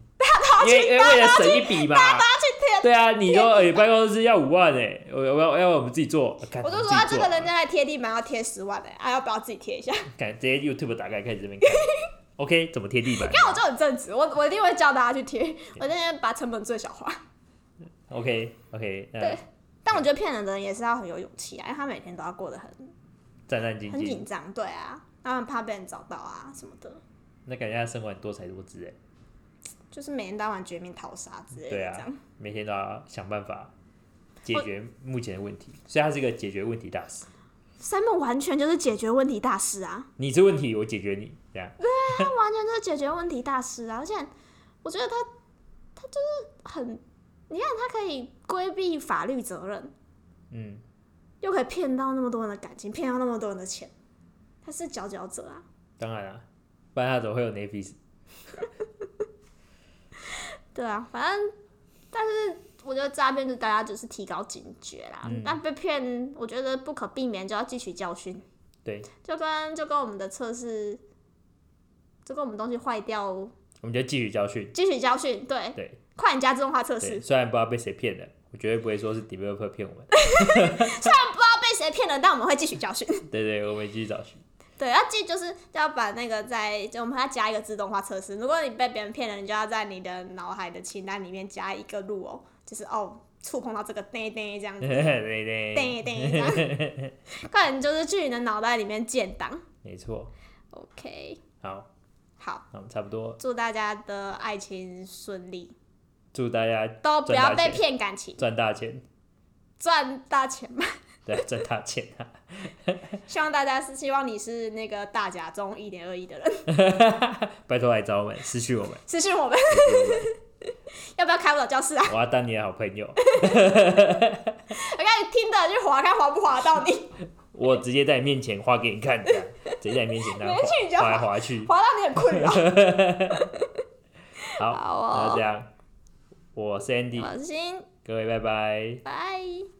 A: 因为因为为了省一笔嘛，
B: 他去贴
A: 对啊，你说哎、办公室要五万哎，我我要要我们自己做，干
B: 我就
A: 们
B: 说
A: 自己
B: 啊，这
A: 做
B: 个人家来贴地板要贴十万的、啊，要不要自己贴
A: [LAUGHS]
B: 一下？
A: 干直接 YouTube 打开开始这边看，OK 怎么贴地板
B: 那我就很正直，我我一定会教大家去
A: 哎
B: 贴，我今天把成本最小化。
A: ，OK OK，那
B: 对但我觉得骗人的人也是要很有勇气啊，因为他每天都要过得很
A: 战战兢
B: 很紧
A: 兢，
B: 张，对啊，他们怕被人找到啊什么的，
A: 那感觉他生活很多才多姿哎，
B: 就是每天当晚绝命逃杀之类的
A: 对
B: 这样
A: 啊。，每天都要想办法解决目前的问题，所以他是一个解决问题大师。
B: Simon 完全就是解决问题大师啊，
A: 你这问题我解决你，这样
B: 他完全就是解决问题大师啊，而且我觉得他他就是很，你看他可以规避法律责任，
A: 嗯。
B: 又可以骗到那么多人的感情，骗到那么多人的钱，他是佼佼者啊！
A: 当然啦、不然他怎么会有 Navy？
B: 对啊，反正但是我觉得诈骗就是大家就是提高警觉啦，但被骗我觉得不可避免，就要汲取教训，
A: 对，
B: 就跟就跟我们的测试，就跟我们东西坏掉，
A: 我们就汲取教训。
B: 汲取教训，对，
A: 对
B: 快点加自动化测
A: 对，
B: 试。
A: 虽然不知道被谁骗的，我绝对不会说是 developer 骗我们。 [LAUGHS]
B: 虽然不知道被谁骗了，但我们会汲取教训。
A: 对对，我们继续找寻。
B: 对，要记就是要把那个在，就我们要加一个自动化测试。如果你被别人骗了，你就要在你的脑海的清单里面加一个路哦，就是哦，触碰到这个叮叮这样子，
A: [LAUGHS] 对嗯对，
B: 叮叮这样，
A: [LAUGHS]
B: 快点就是去你的脑袋里面建档。
A: 没错。
B: OK，
A: 好，
B: 好，
A: 那我们差不多，
B: 祝大家的爱情顺利，
A: 祝大家
B: 都不
A: 赚大
B: 要被
A: 钱
B: 骗感情，
A: 赚大钱，
B: 赚大钱嘛。
A: 对， [LAUGHS] 赚大钱啊！
B: 希望大家是希望你是那个大甲中一点二亿的人，
A: 拜托来找我们，失去我们，
B: 私信我们，
A: 失去我们，
B: [LAUGHS] 要不要开我的教室啊？
A: 我要当你的好朋友，
B: 我看你听的就划，看划不划到你。
A: 我直接在你面前画给你看，这样直接在你面前这样
B: 没事你就
A: 画画来画去。
B: 滑到你很困
A: [LAUGHS]
B: 扰。
A: 好，
B: 好哦
A: 那这样，我是 Andy，
B: 好，心，
A: 各位拜拜。
B: 拜。